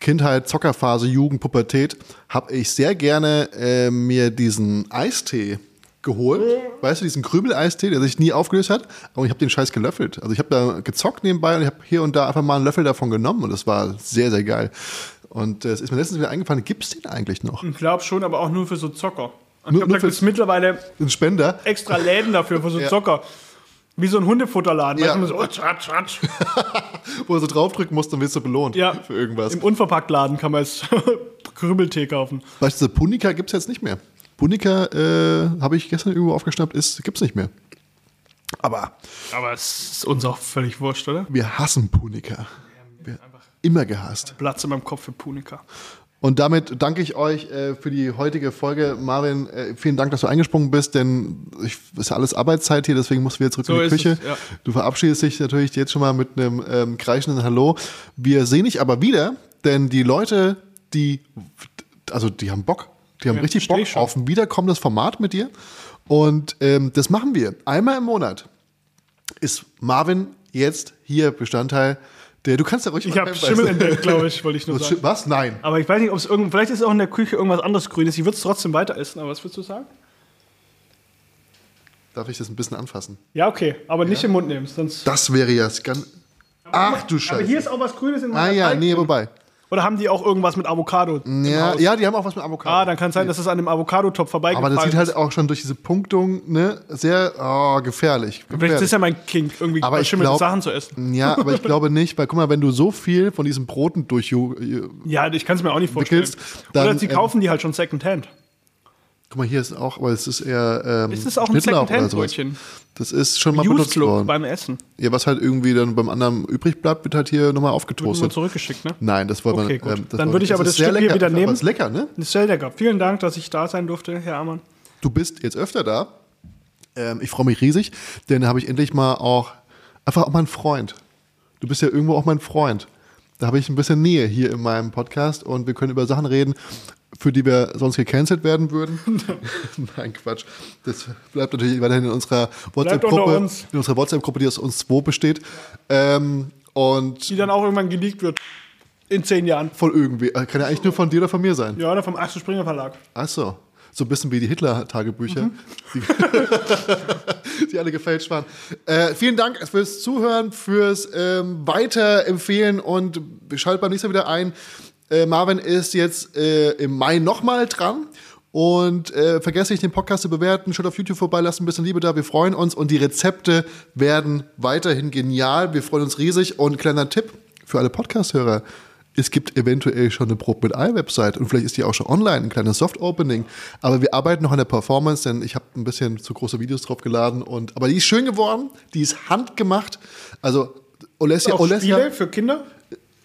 Kindheit, Zockerphase, Jugend, Pubertät habe ich sehr gerne äh, mir diesen Eistee geholt. Weißt du, diesen Krümel-Eistee, der sich nie aufgelöst hat. Aber ich habe den Scheiß gelöffelt. Also ich habe da gezockt nebenbei und ich habe hier und da einfach mal einen Löffel davon genommen. Und das war sehr, sehr geil. Und äh, es ist mir letztens wieder eingefallen, gibt es den eigentlich noch? Ich glaube schon, aber auch nur für so Zocker. Ich glaube, Nur- nur da gibt es für- mittlerweile Ein Spender? extra Läden dafür, *laughs* für so Zocker. Wie so ein Hundefutterladen. Ja. Ja. So, oh, tschatsch, tschatsch. wo du so draufdrücken musst, dann wirst du belohnt ja. für irgendwas. Im Unverpacktladen kann man es *laughs* Krümeltee kaufen. Beispielsweise Punika gibt es jetzt nicht mehr. Punika äh, habe ich gestern irgendwo aufgeschnappt, ist gibt's nicht mehr. Aber Aber es ist uns auch völlig wurscht, oder? wir hassen Punika. Wir immer gehasst. Platz in meinem Kopf für Punika. Und damit danke ich euch äh, für die heutige Folge. Marvin, äh, vielen Dank, dass du eingesprungen bist, denn ich, ist ja alles Arbeitszeit hier, deswegen musst du wieder zurück So in die ist Küche. es, ja. Du verabschiedest dich natürlich jetzt schon mal mit einem ähm, kreischenden Hallo. Wir sehen dich aber wieder, denn die Leute, die, also die haben Bock, die haben Ja, richtig versteh Bock ich schon. auf ein wiederkommendes Format mit dir. Und ähm, das machen wir. Einmal im Monat ist Marvin jetzt hier Bestandteil der, du kannst ja ruhig Ich mal habe hinweisen. *laughs* Schimmel entdeckt, glaube ich, wollte ich nur sagen. Was? Nein. Aber ich weiß nicht, ob es irgend, vielleicht ist auch in der Küche irgendwas anderes Grünes. Ich würde es trotzdem weiter essen, aber was würdest du sagen? Darf ich das ein bisschen anfassen? Ja, okay, aber nicht im Mund nehmen, sonst. Das wäre ja ganz. Ach Aber du hier Scheiße. ist auch was Grünes in meiner Ah ja, Teig- nee, wobei. Oder haben die auch irgendwas mit Avocado? im Ja, Haus? ja, die haben auch was mit Avocado. Ah, dann kann es sein, dass es an dem Avocado-Top Aber vorbeigefallen das sieht ist. halt auch schon durch diese Punktung ne, sehr oh, gefährlich. Vielleicht ist gefährlich. das ja mein King, irgendwie Aber ich verschimmelte glaub- Sachen zu essen. ja, *laughs* aber ich glaube nicht, weil guck mal, wenn du so viel von diesen Broten durchju- Ja, ich kann es mir auch nicht vorstellen. killst, dann, Oder sie ähm, kaufen die halt schon Secondhand. Guck mal, hier ist auch, aber es ist eher. Ähm, Ist es auch ein Schnittlauch oder sowas. Secondhand-Brötchen? Das ist schon mal benutzt Used Look worden. beim Essen. Ja, was halt irgendwie dann beim anderen übrig bleibt, wird halt hier nochmal Wird nur aufgetoastet. zurückgeschickt, ne? Nein, das wollen Okay, wir gut. ähm, das Dann wollen würde ich wir- aber es das ist sehr Stück hier lecker, wieder aber nehmen. es Ist lecker, ne? Ist sehr lecker. Vielen Dank, dass ich da sein durfte, Herr Ammann. Du bist jetzt öfter da. Ähm, ich freue mich riesig, denn da habe ich endlich mal auch einfach auch mal einen Freund. Du bist ja irgendwo auch mein Freund. Da habe ich ein bisschen Nähe hier in meinem Podcast und wir können über Sachen reden, für die wir sonst gecancelt werden würden. *laughs* Nein, Quatsch. Das bleibt natürlich weiterhin in unserer unter WhatsApp-Gruppe, uns. in unserer WhatsApp-Gruppe, die aus uns zwei besteht. Ähm, und Die dann auch irgendwann geleakt wird. In zehn Jahren. von irgendwie, äh, kann ja eigentlich nur von dir oder von mir sein. Ja, oder vom Axel Springer Verlag. Ach so. So ein bisschen wie die Hitler-Tagebücher, *laughs* die, die alle gefälscht waren. Äh, vielen Dank fürs Zuhören, fürs ähm, Weiterempfehlen und schaltet beim nächsten Mal wieder ein. Äh, Marvin ist jetzt äh, im Mai nochmal dran. Und äh, vergesst nicht, den Podcast zu bewerten. Schaut auf YouTube vorbei, lasst ein bisschen Liebe da. Wir freuen uns und die Rezepte werden weiterhin genial. Wir freuen uns riesig. Und kleiner Tipp für alle Podcast-Hörer. Es gibt eventuell schon eine Probe mit Ei-Website und vielleicht ist die auch schon online, ein kleines Soft-Opening. Aber wir arbeiten noch an der Performance, denn ich habe ein bisschen zu große Videos drauf geladen. Und, aber die ist schön geworden, die ist handgemacht. Also Olesja, Auch Olesja, Spiele für Kinder.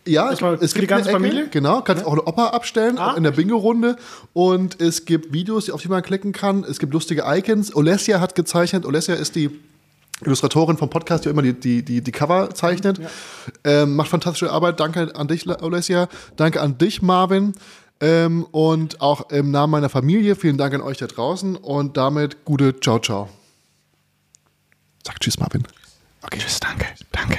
ja, Erstmal es für gibt die ganze eine Ecke, Familie? Genau, kannst auch eine Opa abstellen, Ah. auch in der Bingo-Runde. Und es gibt Videos, auf die man klicken kann. Es gibt lustige Icons. Olesja hat gezeichnet. Olesja ist die Illustratorin vom Podcast, die auch immer die, die, die, die Cover zeichnet. Ähm, macht fantastische Arbeit. Danke an dich, La- Olesja. Danke an dich, Marvin. Ähm, und auch im Namen meiner Familie, vielen Dank an euch da draußen. Und damit gute Ciao, ciao. Sag Tschüss, Marvin. Okay. Tschüss, danke, danke.